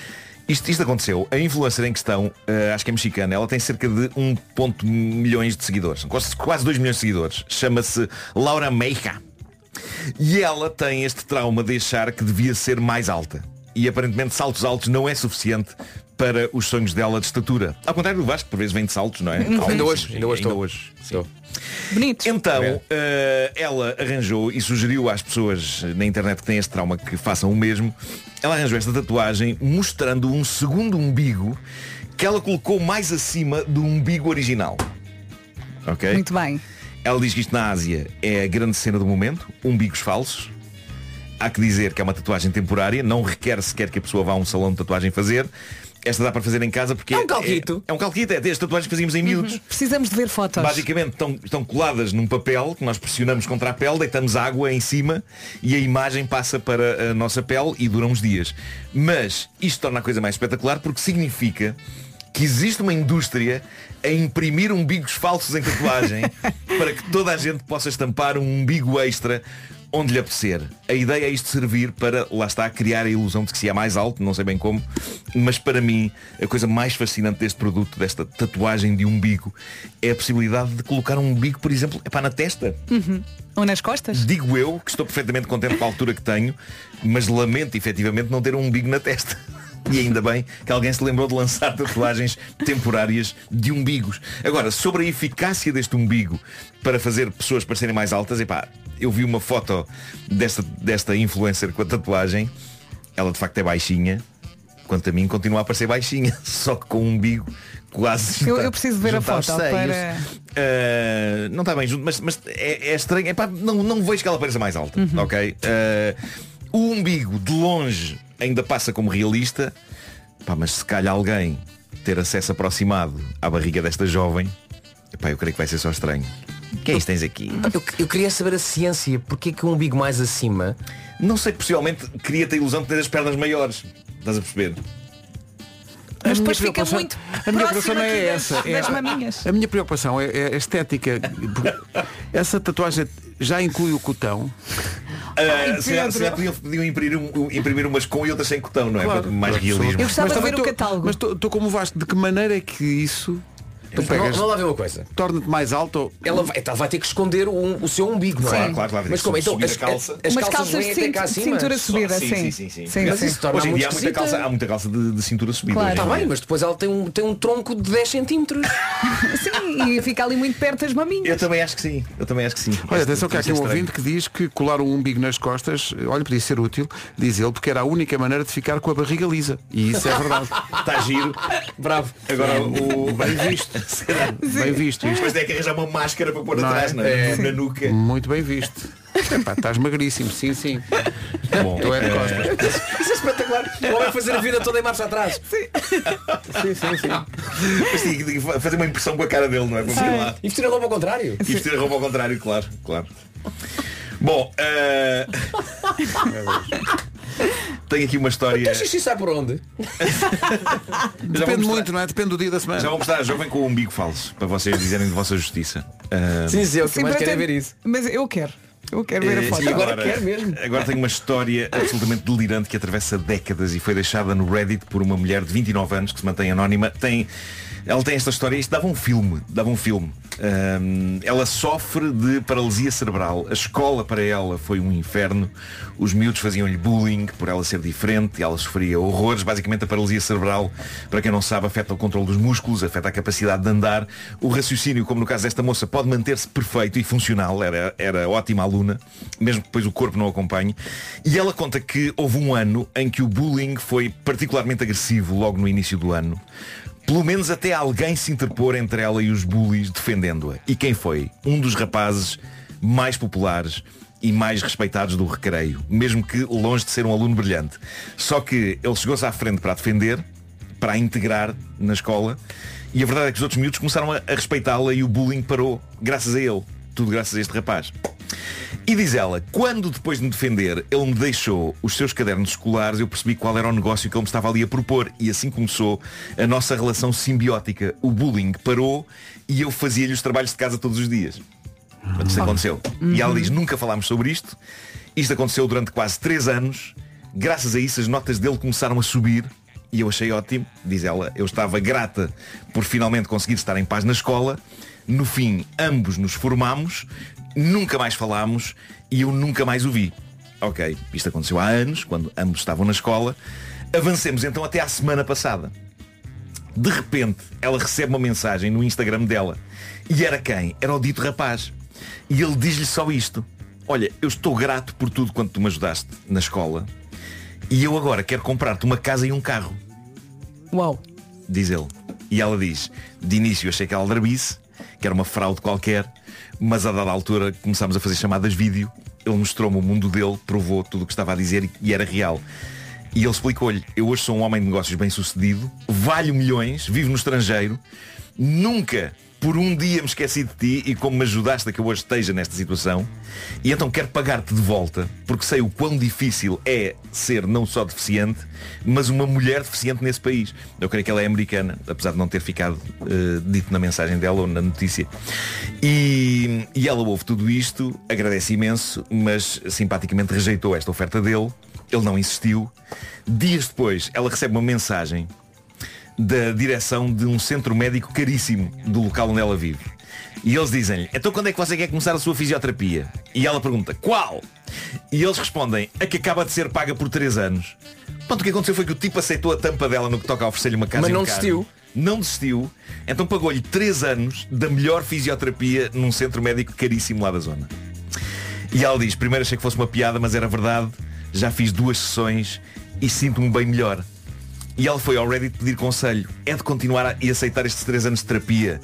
isto, isto aconteceu. A influencer em questão, uh, acho que é mexicana, ela tem cerca de 1 ponto milhões de seguidores, quase, quase 2 milhões de seguidores. Chama-se Laura Meija. E ela tem este trauma de achar que devia ser mais alta. E aparentemente saltos altos não é suficiente para os sonhos dela de estatura. Ao contrário do Vasco, que por vezes vem de saltos, não é?
Ainda
Altos,
hoje, ainda hoje estou.
hoje. sim.
Bonito.
Então, eh, ela arranjou e sugeriu às pessoas na internet que têm este trauma que façam o mesmo. Ela arranjou esta tatuagem mostrando um segundo umbigo que ela colocou mais acima do umbigo original. Ok?
Muito bem.
Ela diz que isto na Ásia é a grande cena do momento, umbigos falsos. Há que dizer que é uma tatuagem temporária, não requer sequer que a pessoa vá a um salão de tatuagem fazer. Esta dá para fazer em casa porque é um
calquito.
É, um calquito, é as tatuagens que fazíamos em miúdos.
Precisamos de ver fotos.
Basicamente estão, estão coladas num papel que nós pressionamos contra a pele, deitamos água em cima e a imagem passa para a nossa pele e dura uns dias. Mas isto torna a coisa mais espetacular porque significa que existe uma indústria a imprimir umbigos falsos em tatuagem para que toda a gente possa estampar um umbigo extra onde lhe apetecer. A ideia é isto servir para, lá está, criar a ilusão de que se é mais alto, não sei bem como, mas para mim a coisa mais fascinante deste produto, desta tatuagem de umbigo, é a possibilidade de colocar um umbigo, por exemplo, epá, na testa.
Uhum. Ou nas costas?
Digo eu que estou perfeitamente contente com a altura que tenho, mas lamento efetivamente não ter um umbigo na testa. E ainda bem que alguém se lembrou de lançar tatuagens temporárias de umbigos. Agora, sobre a eficácia deste umbigo para fazer pessoas parecerem mais altas, epá, eu vi uma foto desta, desta influencer com a tatuagem. Ela de facto é baixinha. Quanto a mim, continua a parecer baixinha, <laughs> só que com um umbigo quase.
Eu-
junta-
eu preciso ver a
junta aos
foto
seios.
para-
Uh, não está bem junto, mas, mas é, é estranho. Epá, não, não vejo que ela pareça mais alta.
Uhum.
Ok? Uh, o umbigo, de longe, ainda passa como realista. Epá, mas se calhar alguém ter acesso aproximado à barriga desta jovem, epá, eu creio que vai ser só estranho. O que é isto que tens aqui?
Eu, eu queria saber a ciência, porque é que um umbigo mais acima?
Não sei, possivelmente cria-te a ilusão de ter as pernas maiores. Estás a perceber?
Mas
depois fica muito
A minha preocupação
próximo
não é
aqui das-
essa. é-
das maminhas.
A minha preocupação é, é a estética. Porque Essa tatuagem já inclui o cotão.
Uh, se calhar- se calhar podiam, podiam imprimir, um- imprimir umas com e outras sem cotão, não é?
Claro.
Para mais
Para
realismo.
pessoas- Mas
também
também tô- Mas estou como vasto. De que maneira é que isso. Tu
Não-
pegas,
não lá vê uma coisa.
Torna-te mais alto.
Ela vai, tá, vai ter que esconder um- o seu umbigo, não é?
Claro, claro, claro.
Mas como? Então,
Subir
as,
a calça.
as
Umas
calças,
calças
vêm
de
até cá
cin-
acima?
cintura subida,
Só-
sim.
sim, sim,
Sim,
Mas
sim.
isso torna
Hoje em
muito
dia há muita
esquisita. Tá
calça-
há muita calça de, de cintura subida.
Claro.
hoje em
Está
dia.
bem, mas depois ela tem um, tem um tronco de 10 centímetros.
Sim, e fica ali muito perto das maminhas.
Eu também acho que sim. Eu também acho que sim.
Olha,
Este-
atenção que há
este
aqui
é
um
estranho.
ouvinte que diz que colar um umbigo nas costas, olha, podia ser útil, diz ele, porque era a única maneira de ficar com a barriga lisa. E isso é <laughs> verdade.
Está giro.
Bravo.
Agora o.
É Bem <laughs> visto.
Será?
Bem visto isto.
Depois é que arranjar uma máscara para pôr
Não
atrás,
é?
não é?
É.
Na nuca.
Muito bem visto. Epá, estás magríssimo, sim, sim.
Bom, <laughs>
tu é de
eh,
costas.
Isso é espetacular. O homem fazer a vida toda em marcha atrás.
Sim, sim, sim.
Mas tinha que fazer uma impressão com a cara dele, não é? Vamos ver lá.
E vestir a roupa ao contrário.
E vestir a roupa ao contrário, claro, claro. Bom, eh, <laughs> tenho aqui uma história.
Então xixi sai por onde?
Depende
muito, não é? Depende do dia da semana.
Já vou mostrar a jovem com o umbigo falso, para vocês dizerem de vossa justiça. Ah,
Sim, mas tem- Mas eu quero. Eu quero ver a
Eh,
foto.
e Agora tenho uma história absolutamente delirante que atravessa décadas e foi deixada no Reddit por uma mulher de 29 anos que se mantém anónima. Tem, ela tem esta história, isto dava um filme, dava um filme. Ahm, ela sofre de paralisia cerebral. A escola para ela foi um inferno. Os miúdos faziam-lhe bullying por ela ser diferente, ela sofria horrores. Basicamente a paralisia cerebral, para quem não sabe, afeta o controle dos músculos, afeta a capacidade de andar. O raciocínio, como no caso desta moça, pode manter-se perfeito e funcional. Era, era ótima aluna, mesmo que depois o corpo não acompanhe. E ela conta que houve um ano em que o bullying foi particularmente agressivo logo no início do ano. Pelo menos até alguém se interpor entre ela e os bullies defendendo-a. E quem foi? Um dos rapazes mais populares e mais respeitados do recreio, mesmo que longe de ser um aluno brilhante. Só que ele chegou-se à frente para a defender, para a integrar na escola, e a verdade é que os outros miúdos começaram a, a respeitá-la e o bullying parou, graças a ele. Tudo graças a este rapaz. E diz ela, quando depois de me defender ele me deixou os seus cadernos escolares, eu percebi qual era o negócio que ele me estava ali a propor. E assim começou a nossa relação simbiótica. O bullying parou e eu fazia-lhe os trabalhos de casa todos os dias. Portanto, Isto aconteceu. E ela diz, nunca falámos sobre isto. Isto aconteceu durante quase 3 anos. Graças a isso as notas dele começaram a subir. E eu achei ótimo, diz ela, eu estava grata por finalmente conseguir estar em paz na escola. No fim, ambos nos formámos, nunca mais falámos e eu nunca mais o vi. Ok, isto aconteceu há anos, quando ambos estavam na escola. Avancemos então até à semana passada. De repente, ela recebe uma mensagem no Instagram dela. E era quem? Era o dito rapaz. E ele diz-lhe só isto. Olha, eu estou grato por tudo quanto tu me ajudaste na escola. E eu agora quero comprar-te uma casa e um carro.
Uau.
Diz ele. E ela diz, de início achei que ela aldrabice, que era uma fraude qualquer, mas a dada altura começámos a fazer chamadas vídeo, ele mostrou-me o mundo dele, provou tudo o que estava a dizer e- e era real. E ele explicou-lhe, eu hoje sou um homem de negócios bem sucedido, valho milhões, vivo no estrangeiro, nunca por um dia me esqueci de ti e como me ajudaste a que eu hoje esteja nesta situação, e então quero pagar-te de volta, porque sei o quão difícil é ser não só deficiente, mas uma mulher deficiente nesse país. Eu creio que ela é americana, apesar de não ter ficado eh, dito na mensagem dela ou na notícia. E, e ela ouve tudo isto, agradece imenso, mas simpaticamente rejeitou esta oferta dele. Ele não insistiu. Dias depois, ela recebe uma mensagem da direção de um centro médico caríssimo do local onde ela vive. E eles dizem-lhe, então quando é que você quer começar a sua fisioterapia? E ela pergunta, qual? E eles respondem, a que acaba de ser paga por 3 anos. Pronto, o que aconteceu foi que o tipo aceitou a tampa dela no que toca a oferecer-lhe uma casa
Mas não
impecável.
desistiu.
Não desistiu. Então pagou-lhe 3 anos da melhor fisioterapia num centro médico caríssimo lá da zona. E ela diz, primeiro achei que fosse uma piada, mas era verdade. Já fiz duas sessões e sinto-me um bem melhor. E ela foi ao Reddit pedir conselho. É de continuar a- e aceitar estes três anos de terapia.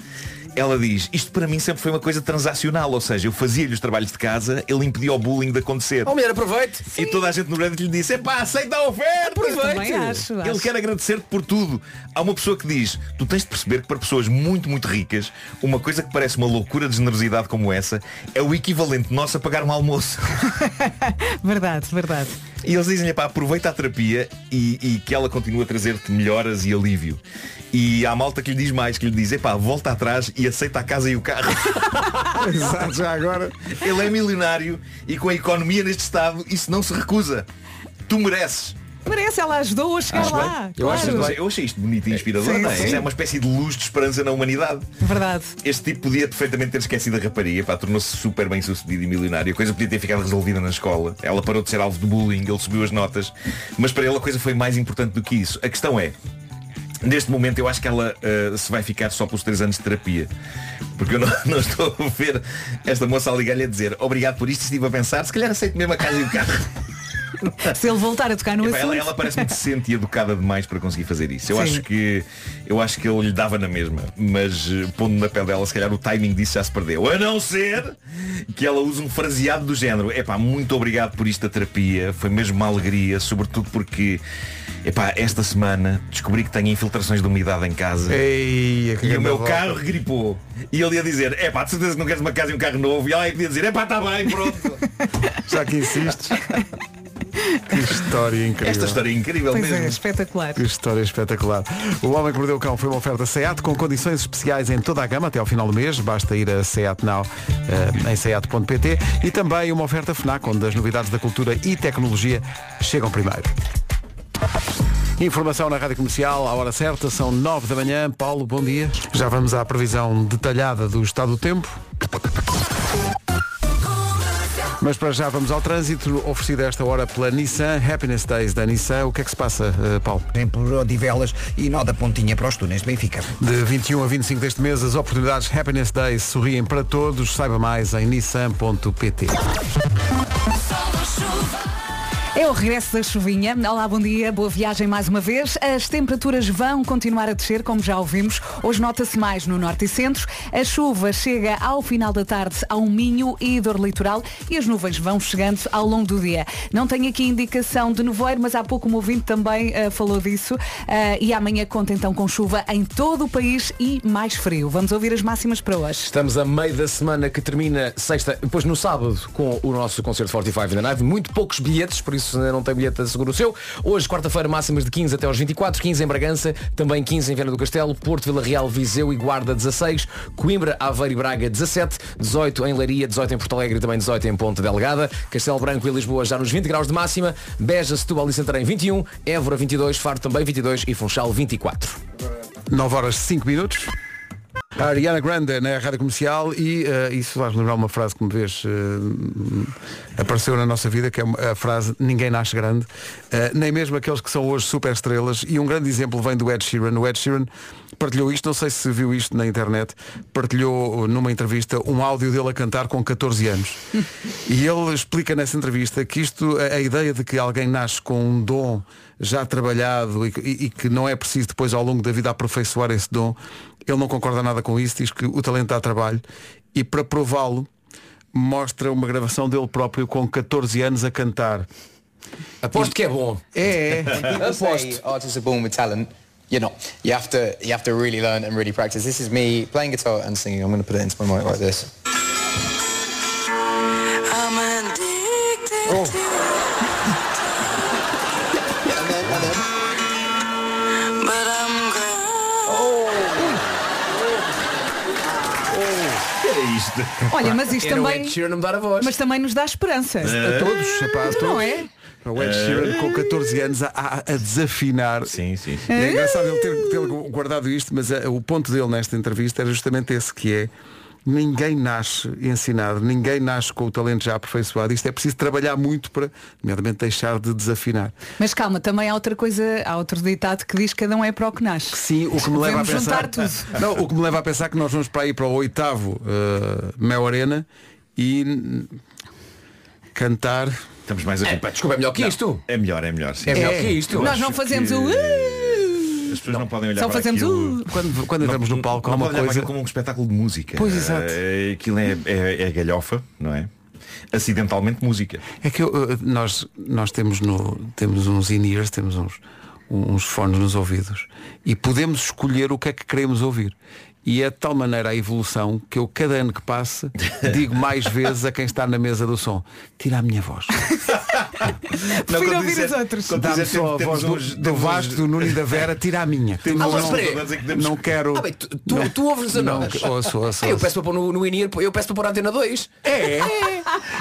Ela diz, isto para mim sempre foi uma coisa transacional, ou seja, eu fazia-lhe os trabalhos de casa, ele impedia o bullying de acontecer.
Oh, mulher, aproveite.
E toda a gente no Reddit lhe disse, epá, aceita a oferta!
Aproveite. Também acho,
Ele
acho.
quer agradecer-te por tudo. Há uma pessoa que diz, tu tens de perceber que para pessoas muito, muito ricas, uma coisa que parece uma loucura de generosidade como essa é o equivalente nosso a pagar um almoço.
Verdade, verdade.
E eles dizem, pá, aproveita a terapia e, e que ela continue a trazer-te melhoras e alívio. E há malta que lhe diz mais, que lhe diz, epá, volta atrás e aceita a casa e o carro.
Exato, já agora.
Ele é milionário e com a economia neste estado, isso não se recusa. Tu mereces.
Parece, ela ajudou a chegar
Acho
lá.
bem. eu, acho,
claro.
eu achei isto bonito e inspirador,
Sim,
não é?
sim.
Isto é uma espécie de luz de esperança na humanidade.
Verdade.
Este tipo podia perfeitamente ter esquecido a rapariga, pá, tornou-se super bem sucedido e milionário. A coisa podia ter ficado resolvida na escola. Ela parou de ser alvo de bullying, ele subiu as notas. Mas para ele a coisa foi mais importante do que isso. A questão é, neste momento eu acho que ela ah, se vai ficar só pelos três anos de terapia. Porque eu não, <laughs> não estou a ver esta moça a ligar-lhe a dizer obrigado por isto e estive a pensar, se calhar aceito mesmo a casa e o carro.
Se ele voltar a tocar no
Epá,
assunto.
ela, ela parece muito decente e educada demais para conseguir fazer isso. Eu
Sim.
acho que eu acho que ele lhe dava na mesma, mas eh, pondo na pele dela, se calhar o timing disso já se perdeu. A não ser que ela use um fraseado do género. Epá, muito obrigado por isto da terapia. Foi mesmo uma alegria, sobretudo porque epá, esta semana descobri que tenho infiltrações de umidade em
É,
casa.
Ei, que
e o
grande
meu
volta.
carro gripou. E ele ia dizer, epá, de certeza que não queres uma casa e um carro novo. E ela aí podia dizer, epá, está bem, pronto.
<laughs>
Já que <laughs> insistes. Que história incrível.
Esta história é incrível
Pois é,
mesmo.
espetacular.
Que história espetacular. O Homem que Mordeu o Cão foi uma oferta SEAT com condições especiais em toda a gama até ao final do mês. Basta ir a SEAT Now eh, em seat.pt e também uma oferta FNAC onde as novidades da cultura e tecnologia chegam primeiro. Informação na Rádio Comercial, à hora certa, são 9 da manhã. Paulo, bom dia. Já vamos à previsão detalhada do estado do tempo. Mas para já vamos ao trânsito, oferecido a esta hora pela Nissan, Happiness Days da Nissan. O que é que se passa, eh, Paulo?
Em Odivelas e nó da pontinha para os túneis de Benfica.
De 21 a 25 deste mês, as oportunidades Happiness Days sorriem para todos. Saiba mais em nissan.pt.
É o regresso da chuvinha. Olá, bom dia, boa viagem mais uma vez. As temperaturas vão continuar a descer, como já ouvimos. Hoje nota-se mais no norte e centro. A chuva chega ao final da tarde ao Minho e dor litoral e as nuvens vão chegando ao longo do dia. Não tenho aqui indicação de nevoeiro, mas há pouco um ouvinte também eh, falou disso. Eh, e amanhã conta então com chuva em todo o país e mais frio. Vamos ouvir as máximas para hoje.
Estamos a meio da semana que termina sexta, depois no sábado com o nosso concerto 45 da Nave. Muito poucos bilhetes, por isso ainda não tem bilhete, assegura o seu. Hoje, quarta-feira, máximas de 15 até aos 24, 15 em Bragança, também 15 em Viana do Castelo, Porto, Vila Real, Viseu e Guarda 16, Coimbra, Aveiro e Braga 17, 18 em Leiria, 18 em Porto Alegre e também 18 em Ponte Delgada, Castelo Branco e Lisboa já nos 20 graus de máxima, Beja, Setúbal e Santarém 21, Évora 22, Faro também 22 e Funchal 24.
9 horas 5 minutos. A Ariana Grande na Rádio Comercial e eh, isso faz-me lembrar uma frase que uma vez eh, apareceu na nossa vida, que é uma- a frase Ninguém nasce grande, Eh, nem mesmo aqueles que são hoje super estrelas. E um grande exemplo vem do Ed Sheeran. O Ed Sheeran partilhou isto, não sei se viu isto na internet, partilhou numa entrevista um áudio dele a cantar com 14 anos. e ele explica nessa entrevista que isto, a, a ideia de que alguém nasce com um dom já trabalhado e, que- e- e que não é preciso depois ao longo da vida aperfeiçoar esse dom, ele não concorda nada com isso, diz que o talento dá trabalho e para prová-lo mostra uma gravação dele próprio com 14 anos a cantar.
Aposto que é bom.
É.
When people say artists are born with talent, you're not. You have to you have to really learn and really practice. This is me playing guitar and singing. I'm going to put it into my mic like this.
É isto.
Olha, mas isto também.
não me dar a voz.
Mas também nos dá esperança.
A todos, é pá, a todos.
Não é?
O Ed Sheeran com 14 anos a, a- a desafinar.
Sim, sim.
É engraçado ele ter, ter guardado isto, mas eh, o ponto dele nesta entrevista era justamente esse que é Ninguém nasce ensinado, ninguém nasce com o talento já aperfeiçoado. Isto é preciso trabalhar muito para, nomeadamente, deixar de desafinar.
Mas calma, também há outra coisa, há outro ditado que diz que cada um é para o que nasce.
Sim, o que me leva a
Devemos
pensar.
juntar
<laughs>
tudo.
Não, o que me leva a pensar que nós vamos para aí para o oitavo eh, Mel Arena e n- cantar.
Estamos mais a
pá, desculpa, é melhor que isto?
É melhor, é melhor. Sim.
É melhor que isto.
Nós não fazemos o. "Uh",
As pessoas não, podem olhar
Só
para
fazemos
aquilo.
o-
Quando, quando entramos no palco, há
não
uma
podem olhar para
coisa.
aquilo como um espetáculo de música.
Pois, exato.
Eh, Aquilo é, é, é galhofa, não é? Acidentalmente música.
É que eu, eh, nós, nós temos, no, temos uns in-ears, temos uns, uns fones nos ouvidos e podemos escolher o que é que queremos ouvir. E é de tal maneira a evolução que eu, cada ano que passa, digo mais vezes a quem está na mesa do som, tira a minha voz.
quando
ouvir
disseste-
os outros.
quando
Dá-me
disseste,
só a voz
temos
do,
uns-
do
temos
Vasco,
uns-
do Nuno e da Vera, tira a minha.
Temos
não,
uns
não,
programas em que temos-
não quero.
Ah, bem, tu, tu,
não-
tu ouves a
não,
nós.
ouço, ouço,
Ah, eu
ouço.
peço para pôr no, no in-ear, eu peço para pôr a antena 2.
É?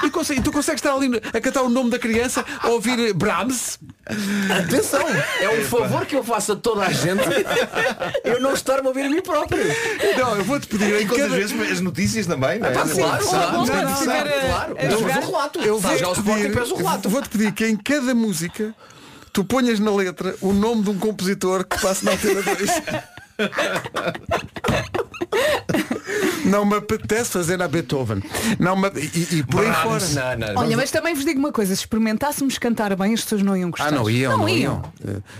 E consegue- tu consegues estar ali a cantar o nome da criança, a ouvir Brahms?
Atenção, é um favor que eu faço a toda a gente. Eu não estar-me a ouvir a mim próprio.
Não, eu vou-te pedir
E
em
quantas
cada-
vezes as notícias também, não é?
Ah, pá, claro, claro,
Não,
claro,
não,
claro,
não.
claro.
Eu
Mas
vou-
o relato.
eu
Sabes, já o
vou-te
Sporting
pedir-
pede o relato.
Vou-te pedir que em cada música tu ponhas na letra o nome de um compositor que passe na antena 2. Não me apetece fazer na Beethoven. Não me... e, e por aí
Brahms.
fora.
Não, não,
Olha, mas também vos digo uma coisa, se experimentássemos cantar bem, as pessoas não iam gostar.
Ah, não iam, não iam.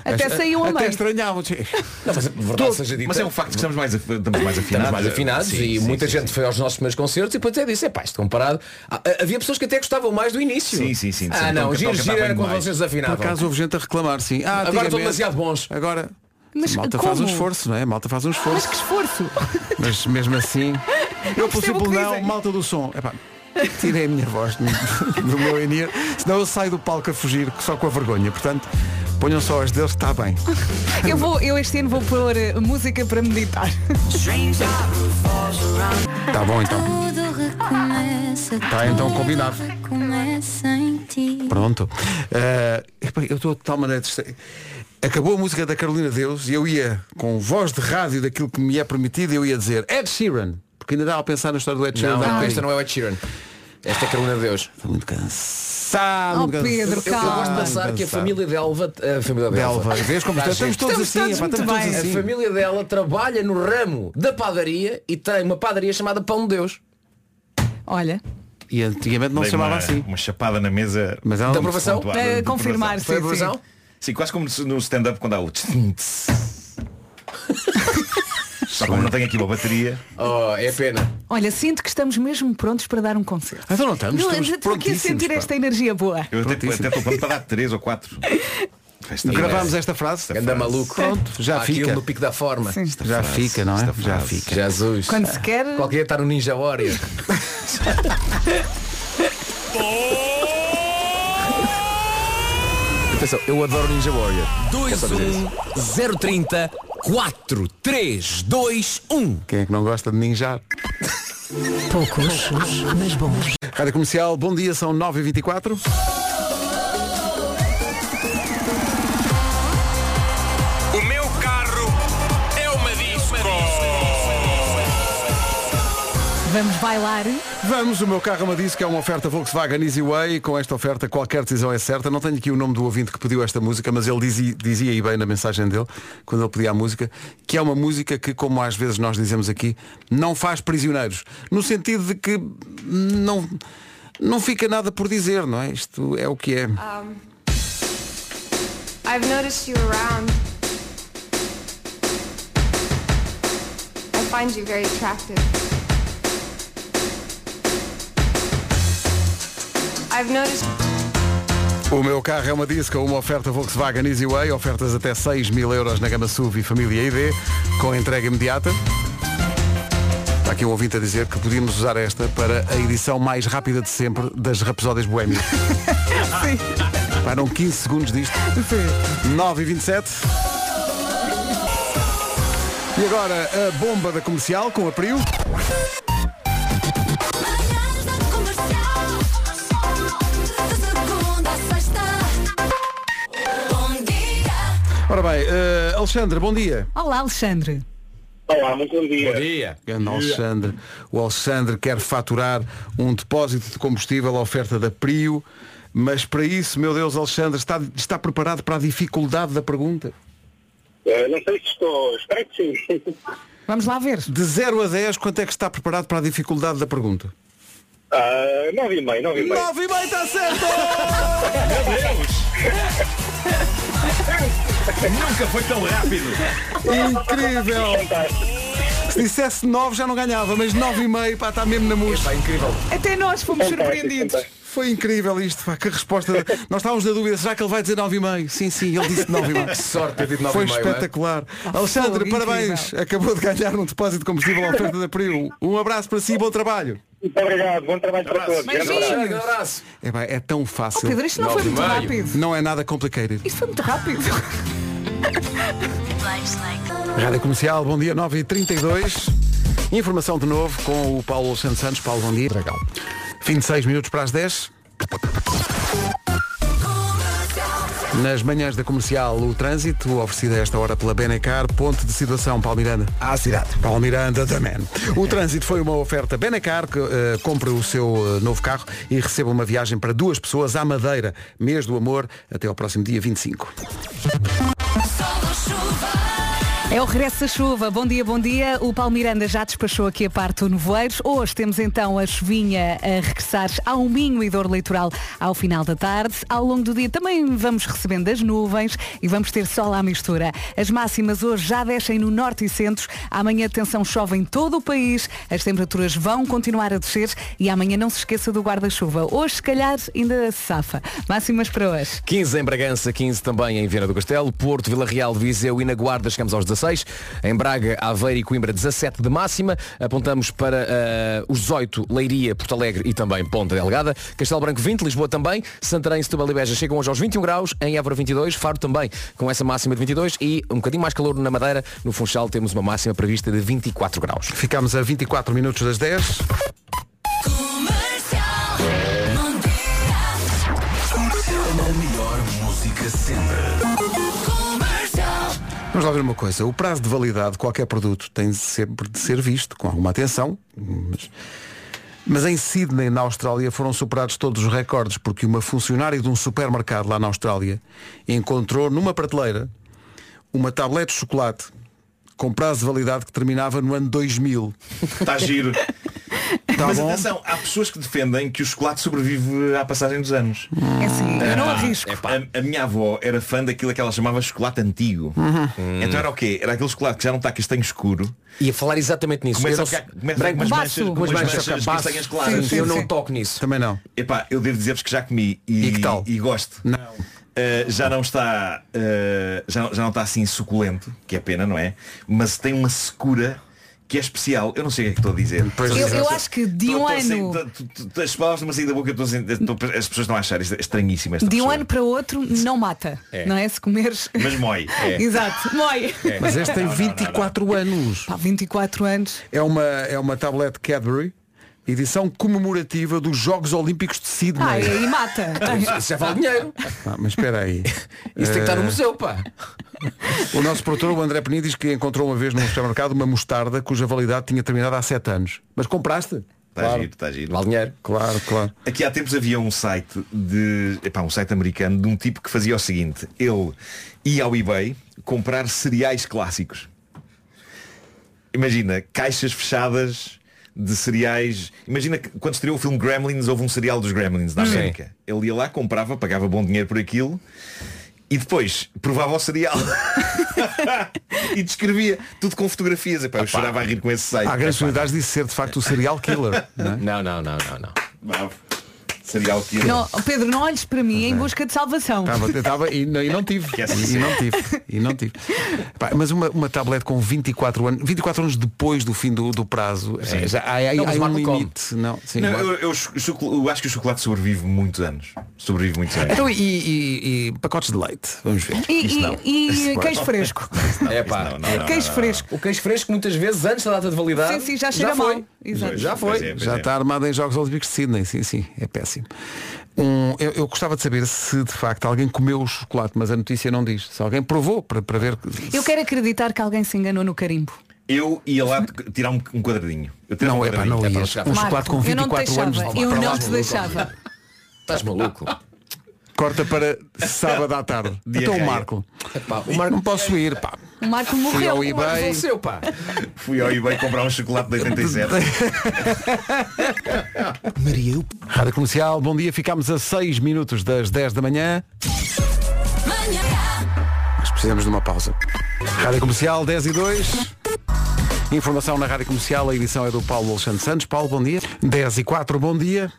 Até saiu a
Até
meio.
estranhavam.
Não, mas, a verdade
Todo.
seja dita,
Mas é um facto que estamos mais, af- estamos mais afinados.
Estamos mais afinados
Sim,
e
sim,
muita
sim,
gente foi aos nossos primeiros concertos e depois até disse, é pá, isto comparado. Ah, ah, Havia pessoas que até gostavam mais do início.
Sim, sim, sim.
Ah
Sim,
não,
então,
giro,
então
giro era
cantavam
quando
mais.
vocês
Por
afinavam.
acaso houve gente a reclamar, sim. Ah,
Tá Agora
antigamente-
são demasiado bons.
Agora.
Mas
a malta
como?
faz um esforço, não é? A malta faz um
Mas <laughs>
esforço.
que esforço!
Mas mesmo
<laughs>
assim, eu por
percebo o
exemplo
que
não,
dizem.
malta do som. Epá, tirei a minha voz do, do meu in-ear, senão eu saio do palco a fugir só com a vergonha. Portanto, ponham só as deles, está bem.
Eu, vou, eu este ano vou pôr eh, música para meditar. <laughs>
Está bom então.
Tudo recomeça.
Tá, então,
tudo
combinado.
Recomeça em ti.
Pronto. Eh, epá, eu estou de tal maneira. distra- Acabou a música da Carolina Deus e eu ia, com voz de rádio daquilo que me é permitido, eu ia dizer Ed Sheeran. Porque ainda dava a pensar na história do Ed Sheeran.
Não,
Dá
não,
um
esta não é o Ed Sheeran. Esta é a Carolina de Deus.
Estou muito cansado.
Oh, Pedro,
Eu, eu
calma.
gosto de pensar que a
Cansado.
família de Elva. A família de
Delva,
Elva.
vês como
Tá
estamos
giro.
todos assim, epá,
Estamos todos
estamos
muito
todos
bem.
A
assim.
família dela trabalha no ramo da padaria e tem uma padaria chamada Pão de Deus.
Olha,
E antigamente não se
Dei
chamava
uma,
assim.
Uma chapada na mesa.
Mas ela Ah,
Da aprovação?
pontuada,
para
de
Eh, confirmar,
aprovação.
sim,
Foi a
sim.
aprovação?
Sim, quase como no stand-up quando há o tss,
<laughs>
tss. Só como não tenho aqui uma bateria.
Oh, é pena.
Olha, sinto que estamos mesmo prontos para dar um concerto.
Então não estamos,
Não,
estamos
eu estou aqui a
prontíssimos,
sentir
pá.
esta energia boa.
Eu até
Prontíssimo.
até estou pronto para dar três ou quatro. Esta
Gravámos esta frase.
Anda maluco. um
Pronto, já
Aquilo
fica.
no pico da forma.
Sim.
Já
frase,
fica, não é?
esta
Já
frase.
fica.
Jesus.
Quando se quer.
Ah,
Qualquer dia está no
<laughs>
Ninja Warrior. Atenção, eu adoro Ninja Warrior.
2, 1, 0, 30, 4, 3, 2, 1.
Quem é que não gosta de ninjar?
Poucos, mas bons.
Rádio Comercial, bom dia, são 9h24.
O meu carro é uma disco.
Vamos bailar.
Vamos, o meu carro me disse que é uma oferta Volkswagen Easy Way. Com esta oferta, qualquer decisão é certa. Não tenho aqui o nome do ouvinte que pediu esta música, mas ele dizia, dizia aí bem na mensagem dele, quando ele pedia a música, que é uma música que, como às vezes nós dizemos aqui, não faz prisioneiros. No sentido de que não, não fica nada por dizer, não é? Isto é o que é.
I've noticed you around. I find you very attractive. I've noticed.
O meu carro é uma disco, uma oferta Volkswagen Easy Way, ofertas até 6 mil euros na gama SUV e família ID, com entrega imediata. Está aqui um ouvinte a dizer que podíamos usar esta para a edição mais rápida de sempre das Rapsódias Boémias. Param 15 segundos disto. 9 e 27. E agora a bomba da comercial com a Priu. Ora bem, eh, Alexandre, bom dia. eh,
Olá, Alexandre.
Olá, muito bom dia.
Bom dia. Grande Alexandre. O Alexandre quer faturar um depósito de combustível à oferta da Prio, mas para isso, meu Deus, Alexandre, está, está preparado para a dificuldade da pergunta?
Eh, não sei se estou. Espero que sim. <laughs>
Vamos lá ver.
De 0 a 10, quanto é que está preparado para a dificuldade da pergunta?
Ah, nove e meio, nove e meio.
9 e meio está certo!
Nunca foi tão rápido.
Incrível! Se dissesse 9 já não ganhava, mas 9,5 pá, está mesmo na música.
incrível.
Até nós fomos
Fantástico,
surpreendidos.
fantástico. Foi incrível isto, pá, que resposta. Nós estávamos na dúvida, será que ele vai dizer 9,5? Sim, sim, ele disse 9,5.
Que sorte ter dito 9,5,
Foi
não é?
espetacular.
Ah,
Alexandre,
fogo,
parabéns.
incrível.
Acabou de ganhar um depósito de combustível à oferta da Priu. Um abraço para si e bom trabalho.
Muito obrigado, bom trabalho para todos.
Beijinhos.
Grande abraço.
Grande abraço. É, pá, é tão fácil.
Oh, Pedro, isto não foi muito
9,5.
rápido.
Não é nada complicated.
Isto foi muito rápido.
Rádio Comercial, bom dia, 9h32. Informação de novo com o Paulo Santos Santos. Paulo, bom dia. Dragão. Fim de 6 minutos para as 10. Nas manhãs da comercial, o trânsito, oferecido a esta hora pela Benecar, ponto de situação, Paulo Miranda.
À cidade.
Paulo Miranda, da man. O trânsito foi uma oferta Benecar, que eh, compre o seu eh, novo carro e receba uma viagem para duas pessoas à Madeira. Mês do amor, até ao próximo dia 25.
É o regresso da chuva. Bom dia, bom dia. O Paulo Miranda já despachou aqui a parte do Nevoeiros. Hoje temos então a chuvinha a regressar ao Minho e Dor Litoral ao final da tarde. Ao longo do dia também vamos recebendo as nuvens e vamos ter sol à mistura. As máximas hoje já descem no norte e centros. Amanhã, atenção, chove em todo o país. As temperaturas vão continuar a descer e amanhã não se esqueça do guarda-chuva. Hoje, se calhar, ainda se safa. Máximas para hoje.
15 em Bragança, 15 também em Viana do Castelo, Porto, Vila Real, Viseu e na Guarda chegamos aos 16, em Braga, Aveiro e Coimbra 17 de máxima, apontamos para ah, os 18, Leiria, Porto Alegre e também Ponta Delgada, Castelo Branco 20, Lisboa também, Santarém, Setúbal e Beja chegam hoje aos 21 graus, em Évora 22, Faro também com essa máxima de 22 e um bocadinho mais calor na Madeira, no Funchal temos uma máxima prevista de 24 graus.
Ficamos a 24 minutos das 10.
A melhor música sempre. Comercial.
Vamos lá ver uma coisa. O prazo de validade de qualquer produto tem sempre de ser visto com alguma atenção. Mas, mas em Sydney, na Austrália, foram superados todos os recordes porque uma funcionária de um supermercado lá na Austrália encontrou numa prateleira uma tablete de chocolate com prazo de validade que terminava no ano 2000.
Está giro.
Tá
Mas
bom.
atenção, há pessoas que defendem que o chocolate sobrevive à passagem dos anos.
É assim, eu não
Ah,
arrisco.
A, a minha avó era fã daquilo que ela chamava chocolate antigo.
Uhum.
Então era o quê? Era aquele chocolate que já não está castanho escuro.
E a falar exatamente nisso.
Começa
Eu
a ficar
não-
começa a
branco,
ficar umas
baço,
manchas,
umas
umas
manchas,
manchas,
baço.
castanhas claras.
Sim, sim, Eu não sim. toco nisso.
Também não.
Epá, eu devo dizer-vos que já comi e, e gosto. Não. já não está ah, já, já não está assim suculento que é pena não é mas tem uma secura que é especial eu não sei o que é que estou a dizer
Eu, eu acho que de um
Estou- estou
ano.
sem- tu- tu- tu- As palavras estão a sair da boca, eu estou sem- estou- as pessoas estão a achar isto estranhíssimo esta
De um
pessoa.
ano para outro não mata,
assim. É.
não é? Se comeres. <laughs>
Mas mói. é.
Exato, mói.
É.
Mas este tem
Não, não, não, não.
24 anos.
Pá, 24 anos.
É uma, é uma tablete Cadbury, edição comemorativa dos Jogos Olímpicos de Sydney.
Ah, e aí mata.
Isso já vale dinheiro.
Ah, mas espera
<laughs>
aí.
Isso tem que estar no
Eh,
museu, pá.
O nosso produtor, o André Peni, diz que encontrou uma vez num supermercado uma mostarda cuja validade tinha terminado há 7 anos. Mas compraste?
Está Tá giro, está giro.
Vale dinheiro.
Claro, claro.
Aqui há tempos havia um site de. Epá, um site americano de um tipo que fazia o seguinte, ele ia ao eBay comprar cereais clássicos. Imagina, caixas fechadas de cereais. Imagina que quando estreou o filme Gremlins houve um cereal dos Gremlins na
Sim.
América. Ele ia lá, comprava, pagava bom dinheiro por aquilo e depois provava o cereal. <laughs> e descrevia tudo com fotografias. Epá, eu chorava a rir com esse site.
Há grandes unidades de ser de facto o serial killer.
Não, não, não, não, não.
Bravo. Serial killer.
Não, Pedro, não olhes para mim em busca de salvação.
Estava, estava e, não- e não tive.
é
E,
assim.
e não tive. E não tive. Pá, mas uma, uma tablet com 24 anos, 24 anos depois do fim do, do prazo, eh, já há, há-
Não, mas
há um
Marco come.
limite. Não, sim,
Não,
claro.
eu, eu cho- choco- eu acho que o chocolate sobrevive muitos anos. Sobrevive muitos anos.
Então, e, e- e pacotes de leite? Vamos ver.
E,
Isso não.
e- e
Isso não.
queijo fresco.
É pá.
queijo fresco.
O queijo fresco muitas vezes antes da data de validade.
Sim, sim, já cheira
foi.
mal. Exato.
Já foi.
é,
já tá. está armada em Jogos Olímpicos de Sydney, sim, sim, é péssimo. Um, eu, eu gostava de saber se de facto alguém comeu o chocolate, mas a notícia não diz. Se alguém provou para, para ver.
Eu quero acreditar que alguém se enganou no carimbo.
Eu ia lá tirar um, um quadradinho. Eu tirava
Não,
um
é pá,
quadradinho.
não
É para
ias.
chegar.
Um chocolate com
eu não
24
te deixava,
anos, vá lá,
eu
para lá,
não te
maluco.
deixava.
Estás <laughs> maluco?
Corta para sábado à tarde.
<laughs> Dia
então o
rei. É
Marco. o Marco. Não posso ir, pá.
O Marco
Fui
morreu.
ao
o Marco
eBay.
faleceu, pá.
Fui ao eBay comprar um chocolate
<laughs>
de 87.
Maria. Rádio Comercial, bom dia. Ficámos a 6 minutos das 10 da manhã. Mas precisamos de uma pausa. Rádio Comercial, 10 e 2. Informação na Rádio Comercial, a edição é do Paulo Alexandre Santos. Paulo, bom dia. 10 e 4, bom dia.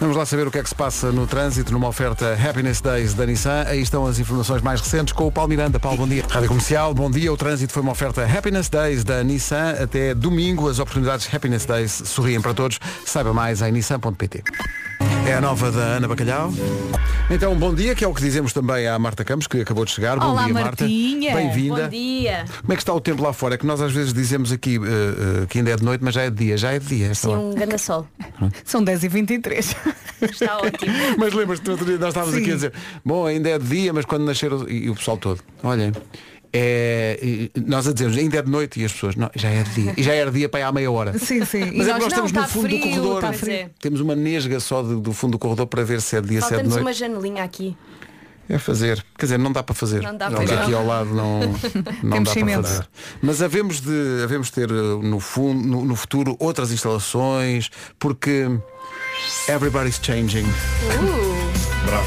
Vamos lá saber o que é que se passa no trânsito numa oferta Happiness Days da Nissan. Aí estão as informações mais recentes com o Paulo Miranda. Paulo, bom dia. Rádio Comercial, bom dia. O trânsito foi uma oferta Happiness Days da Nissan. Até domingo as oportunidades Happiness Days sorriem para todos. Saiba mais em nissan.pt. É a nova da Ana Bacalhau. Então, bom dia, que é o que dizemos também à Marta Campos, que acabou de chegar. bom
Olá
dia,
Martinha.
Marta. Bem-vinda.
Bom dia.
Como é que está o tempo lá fora? É que nós às vezes dizemos aqui eh, eh, que ainda é de noite, mas já é de dia. Já é de dia. esta
Sim,
hora.
um grande sol.
São 10 e 23.
Está ótimo.
Mas lembras-te, no outro dia nós estávamos
Sim.
aqui a dizer Bom, ainda é de dia, mas quando nascer o- E, e o pessoal todo, olhem é, e- nós a dizemos, ainda é de noite E as pessoas, não, já é de dia E já era dia para aí há meia hora
Sim, sim. E
Mas é que
nós,
nós
não,
estamos
está
no fundo
frio,
do corredor é.
está
é.
frio.
Temos uma nesga só de- do fundo do corredor Para ver se é de dia, se é de
Falta-nos
noite
uma janelinha aqui.
É fazer, quer dizer, não dá para fazer
Não dá
Nós
para fazer.
Aqui ao
<laughs>
lado não, não
Temos
dá para
cimento.
fazer Mas havemos de havemos de ter eh, no, fundo, no, no futuro outras instalações Porque everybody's changing
Uh.
Bravo.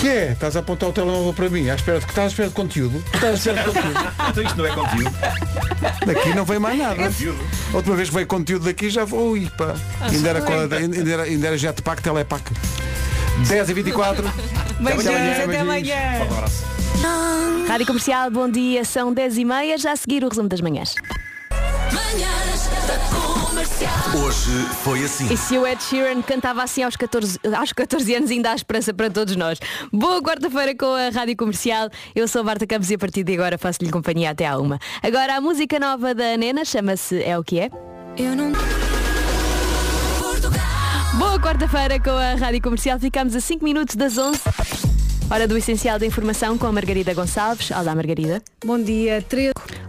que é? Estás a apontar o telemóvel para mim? À espera de que estás à espera de conteúdo? Estás à espera de conteúdo?
Então isto não é conteúdo.
Daqui não veio mais
<laughs>
nada.
Conteúdo.
A Última vez que veio conteúdo daqui já foi. Ui, pá.
Ah,
Ainda era,
sim.
com a- ainda era, ainda era jetpack, telepack. 10 e 24.
Beijinhos,
até amanhã.
Forte abraço.
Rádio Comercial, bom dia. São 10h30, já a seguir o resumo das manhãs.
Hoje foi assim.
E se o Ed Sheeran cantava assim aos 14, aos 14 anos, ainda há esperança para todos nós. Boa quarta-feira com a Rádio Comercial. Eu sou a Marta Campos e a partir de agora faço-lhe companhia até à uma. Agora a música nova da Nena chama-se É o que é? Eu não... Boa quarta-feira com a Rádio Comercial. Ficamos a 5 minutos das 11. Hora do Essencial da Informação com a Margarida Gonçalves. Olá, Margarida. Bom dia.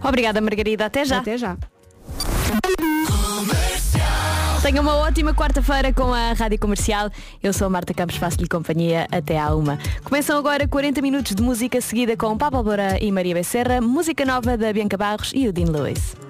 Obrigada, Margarida. Até já. Até já. Tenha uma ótima quarta-feira com a Rádio Comercial. Eu sou a Marta Campos, faço-lhe companhia até à uma. Começam agora 40 minutos de música seguida com Pablo Bora e Maria Becerra, música nova da Bianca Barros e o Dean Lewis.